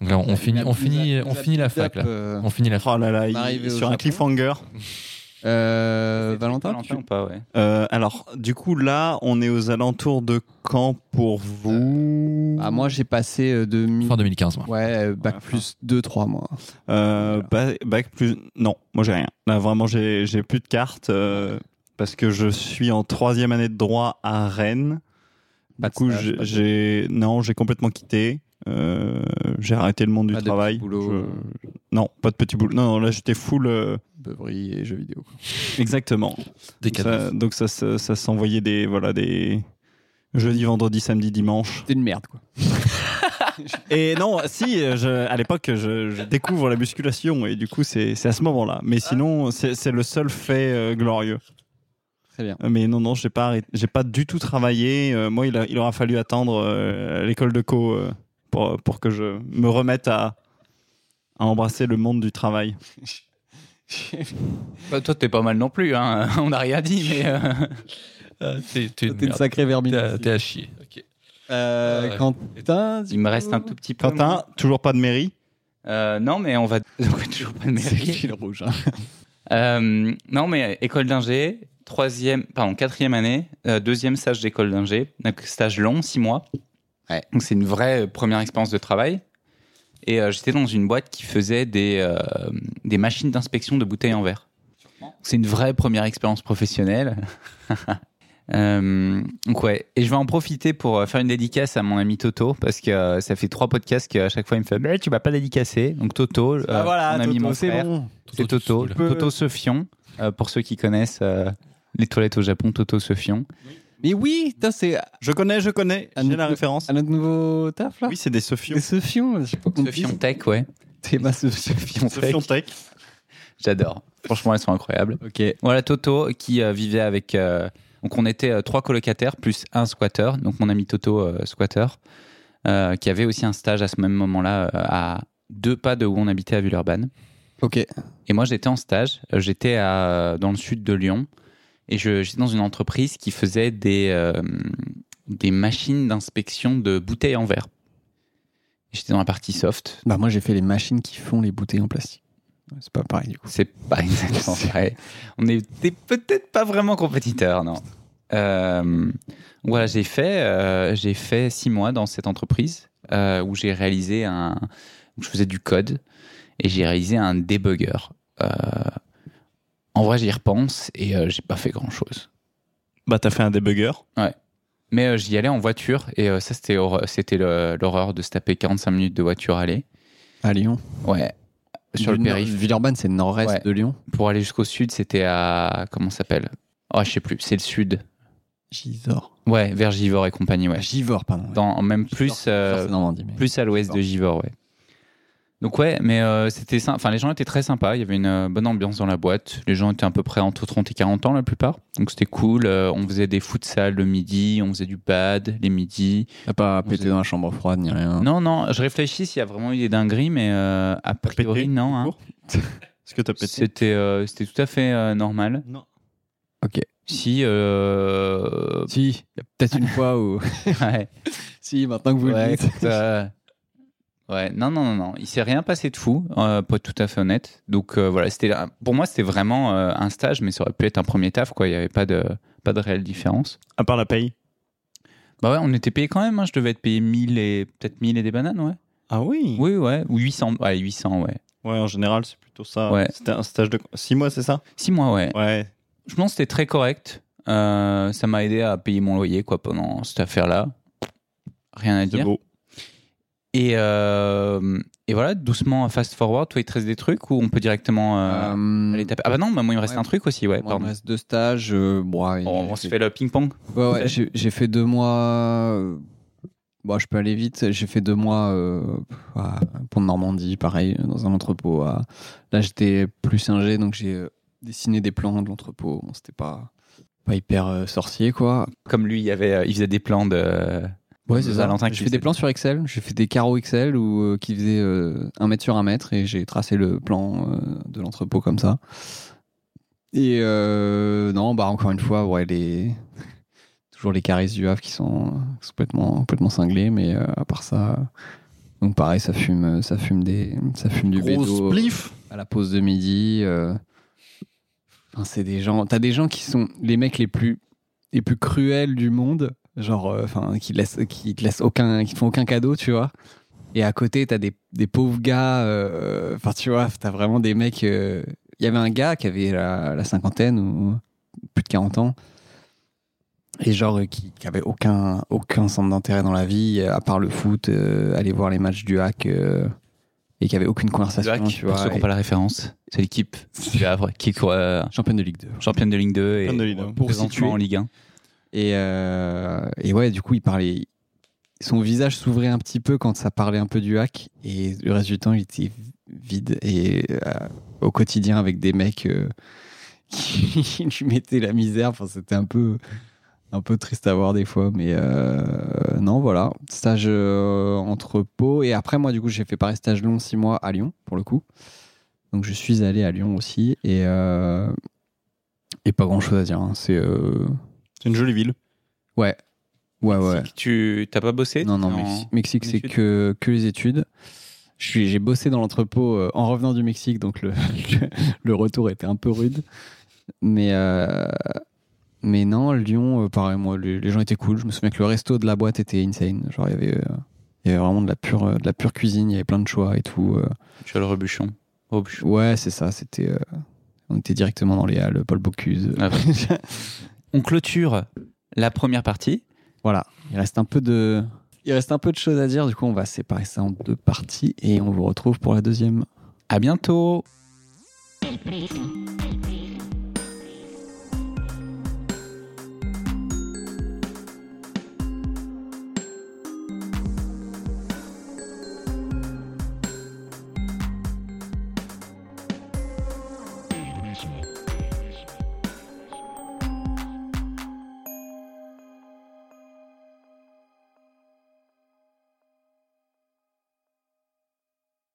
Donc là, on finit, on finit, on finit la fac là. Euh, On finit la fac. Oh là là, il Arrivé est au sur un Japon. cliffhanger. euh, Valentin, tu- ou pas, ouais. Euh, alors, du coup, là, on est aux alentours de quand pour vous Ah, moi, j'ai passé euh, 2000. Fin 2015, moi. Ouais, euh, bac Ouais, plus 2-3 mois. Euh, ba- bac plus. Non, moi j'ai rien. Là vraiment, j'ai j'ai plus de cartes euh, parce que je suis en troisième année de droit à Rennes. Pas Du de coup, stage, j'ai- pas de- j'ai non, j'ai complètement quitté. Euh, j'ai arrêté le monde du Pas de travail. petit boulot, Je- euh. Non, pas de petit boulot. Non, non, là j'étais full. euh, Beuverie et jeux vidéo. Exactement. Des Donc cadences. ça, donc ça, se- ça s'envoyait des voilà des jeudi, vendredi, samedi, dimanche. C'était une merde, quoi. Et non, si, euh, je- à l'époque, je, je découvre la musculation et du coup, c'est c'est à ce moment-là. Mais sinon, c'est c'est le seul fait euh, glorieux. Très bien. Euh, Mais non, non, j'ai pas, arrêté- j'ai pas du tout travaillé. Euh, moi, il, a- il aura fallu attendre euh, l'école de co euh, pour, pour que je me remette à, à embrasser le monde du travail. Bah, toi, t'es pas mal non plus, hein. on n'a rien dit, mais. euh, Ah, T'es une C'était une sacrée vermine. à chier. Euh, Ouais. Quentin, Il me reste un tout petit peu. Quentin, toujours pas de mairie. Euh, Non, mais on va. On va toujours pas le c'est le mériter. fil rouge. hein. Euh, non, mais école d'ingé, troisième, pardon, quatrième année, euh, deuxième stage d'école d'ingé, donc stage long, six mois. Ouais. Donc c'est une vraie euh, première expérience de travail. Et euh, j'étais dans une boîte qui faisait des, euh, des machines d'inspection de bouteilles en verre. C'est une vraie première expérience professionnelle. Euh, donc ouais, et je vais en profiter pour euh, faire une dédicace à mon ami Toto parce que euh, ça fait trois podcasts qu'à chaque fois il me fait mais tu m'as pas dédicacé donc Toto euh, Ah voilà, mon ami Toto, mon c'est frère bon. c'est Toto tout Toto, Sofion euh, pour ceux qui connaissent euh, les toilettes au Japon Toto Sofion Mais oui, putain, c'est Je connais, je connais. Un J'ai autre- la référence. à notre nouveau taf là. Oui, c'est des Sophions. C'est ce fion. Sofion Tech ouais C'est ma Sofion. Sofion Tech Sophion Tech. j'adore franchement elles sont incroyables Ok. Voilà Toto qui euh, vivait avec. euh, donc on était euh, trois colocataires plus un squatter, donc mon ami Toto euh, squatter, euh, qui avait aussi un stage à ce même moment-là euh, à deux pas de où on habitait à Villeurbanne. Ok. Et moi j'étais en stage, Euh, j'étais à- dans le sud de Lyon et je- j'étais dans une entreprise qui faisait des, euh, des machines d'inspection de bouteilles en verre. J'étais dans la partie soft, Bah moi j'ai fait les machines qui font les bouteilles en plastique. Ouais, C'est pas pareil du coup. C'est pas exactement vrai. On était peut-être pas vraiment compétiteurs, non. Euh, voilà, j'ai fait, euh, j'ai fait six mois dans cette entreprise euh, où j'ai réalisé un. où je faisais du code et j'ai réalisé un debugger. Euh, en vrai, j'y repense et euh, j'ai pas fait grand-chose. Bah, t'as fait un débugger. Mais euh, j'y allais en voiture et euh, ça, c'était horreur- c'était le- l'horreur de se taper 45 minutes de voiture aller. À Lyon. Ouais. Sur le Du nord- périph'. Villeurbanne c'est le nord-est Ouais. de Lyon. Pour aller jusqu'au sud, c'était à. Comment ça s'appelle Oh, je sais plus. C'est le sud. Givor. Ouais, vers Givor et compagnie, ouais. Givor Bah, pardon. ouais. Dans, même plus, euh, Givor, c'est Normandie. mais- plus à l'ouest de Givor, ouais. Donc ouais, mais euh, c'était sym- enfin les gens étaient très sympas, il y avait une euh, bonne ambiance dans la boîte. Les gens étaient à peu près entre 30 et 40 ans la plupart. Donc c'était cool, Euh, on faisait des futsal le midi, on faisait du bad les midis. T'as pas pété dans la chambre froide ni rien. Non non, je réfléchis s'il y a vraiment eu des dingueries mais euh, a priori pété, non hein. court Est-ce que t'as pété C'était euh, c'était tout à fait euh, normal. Non. Ok. Si euh... Si. y a Peut-être une fois où. ouais. si maintenant que vous ouais, le dites. écoute, euh, ouais, non, non, non, non. Il s'est rien passé de fou, euh, pour être tout à fait honnête. Donc euh, voilà, c'était un- pour moi c'était vraiment euh, un stage, mais ça aurait pu être un premier taf quoi. Il n'y avait pas de pas de réelle différence. À part la paye. Bah ouais, on était payé quand même. hein. Je devais être payé 1000 et peut-être 1000 et des bananes, ouais. Ah oui Oui, ouais, ou 800, ouais, 800, ouais. Ouais, en général, c'est plutôt ça. Ouais. C'était un stage de 6 mois, c'est ça 6 mois, ouais. Ouais. Je pense que c'était très correct. Euh, ça m'a aidé à payer mon loyer quoi pendant cette affaire là. Rien à C'est dire. beau. Et, euh, et voilà, doucement, fast forward, toi, il te reste des trucs ou on peut directement euh, Euh, aller taper Ah bah non, bah moi, il me reste Ouais. un truc aussi, ouais, moi, il me pardon. reste deux stages. euh, bon, ouais, On, on j'ai se fait le ping-pong Ouais, ouais, j'ai j'ai fait deux mois. euh, Bon, je peux aller vite. J'ai fait deux mois euh, à Pont de Normandie, pareil, dans un entrepôt. à- Là, j'étais plus ingé, donc j'ai euh, dessiné des plans de l'entrepôt. Bon, c'était pas, pas hyper euh, sorcier, quoi. Comme lui, il, y avait, euh, il faisait des plans de. Ouais, c'est ça. Valentin qui J'ai fait faisait- des plans sur Excel. J'ai fait des carreaux Excel où, euh, qui faisaient euh, un mètre sur un mètre et j'ai tracé le plan euh, de l'entrepôt comme ça. Et euh, non, bah encore une fois, ouais, les... toujours les carrés du Havre qui sont complètement, complètement cinglés, mais euh, à part ça, euh, donc pareil, ça fume, ça fume des, ça fume du bédo, euh, spliff à la pause de midi. euh, enfin, c'est des gens. T'as des gens qui sont les mecs les plus les plus cruels du monde, genre, euh, enfin, qui laissent, qui te laissent aucun, qui te font aucun cadeau, tu vois. Et à côté, t'as des, des pauvres gars. euh, Enfin, tu vois, t'as vraiment des mecs. euh, Il y avait un gars qui avait la, la cinquantaine ou plus de 40 ans. Et genre, euh, qui, qui avait aucun, aucun centre d'intérêt dans la vie, euh, à part le foot, euh, aller voir les matchs du hack, euh, et qui avait aucune conversation, Zach, tu pour vois. ceux qui n'ont et- pas la référence, c'est l'équipe du Havre qui est euh, Championne de Ligue 2. championne de Ligue 2 et Championne de Ligue 2. pour présentement situer. en Ligue 1. Et, euh, et ouais, du coup, il parlait. Son visage s'ouvrait un petit peu quand ça parlait un peu du hack. Et le reste du temps, il était vide. Et euh, au quotidien, avec des mecs euh, qui lui mettaient la misère. Enfin, c'était un peu, un peu triste à voir des fois. Mais euh, non, voilà. Stage euh, entrepôt. Et après, moi, du coup, j'ai fait pareil, stage long, six mois à Lyon, pour le coup. Donc, je suis allé à Lyon aussi. Et, euh, et pas grand chose à dire. hein. C'est. euh, C'est une jolie ville. Ouais, ouais. Si Tu t'as pas bossé Non, non, t'es en- Mexi- Mexique, c'est études que, que les études. Je suis- J'ai bossé dans l'entrepôt euh, en revenant du Mexique, donc le, le retour était un peu rude. Mais, euh, mais non, Lyon, euh, pareil, moi, les, les gens étaient cool. Je me souviens que le resto de la boîte était insane. Genre, il y avait, euh, il y avait vraiment de la, pure, euh, de la pure cuisine, il y avait plein de choix et tout. euh. Tu as le rebuchon. Rebuchon. Ouais, c'est ça, c'était. euh, On était directement dans les halles Paul Bocuse. Ah On clôture la première partie. voilà. Il reste un peu de. Il reste un peu de choses à dire, du coup on va séparer ça en deux parties et on vous retrouve pour la deuxième. À bientôt.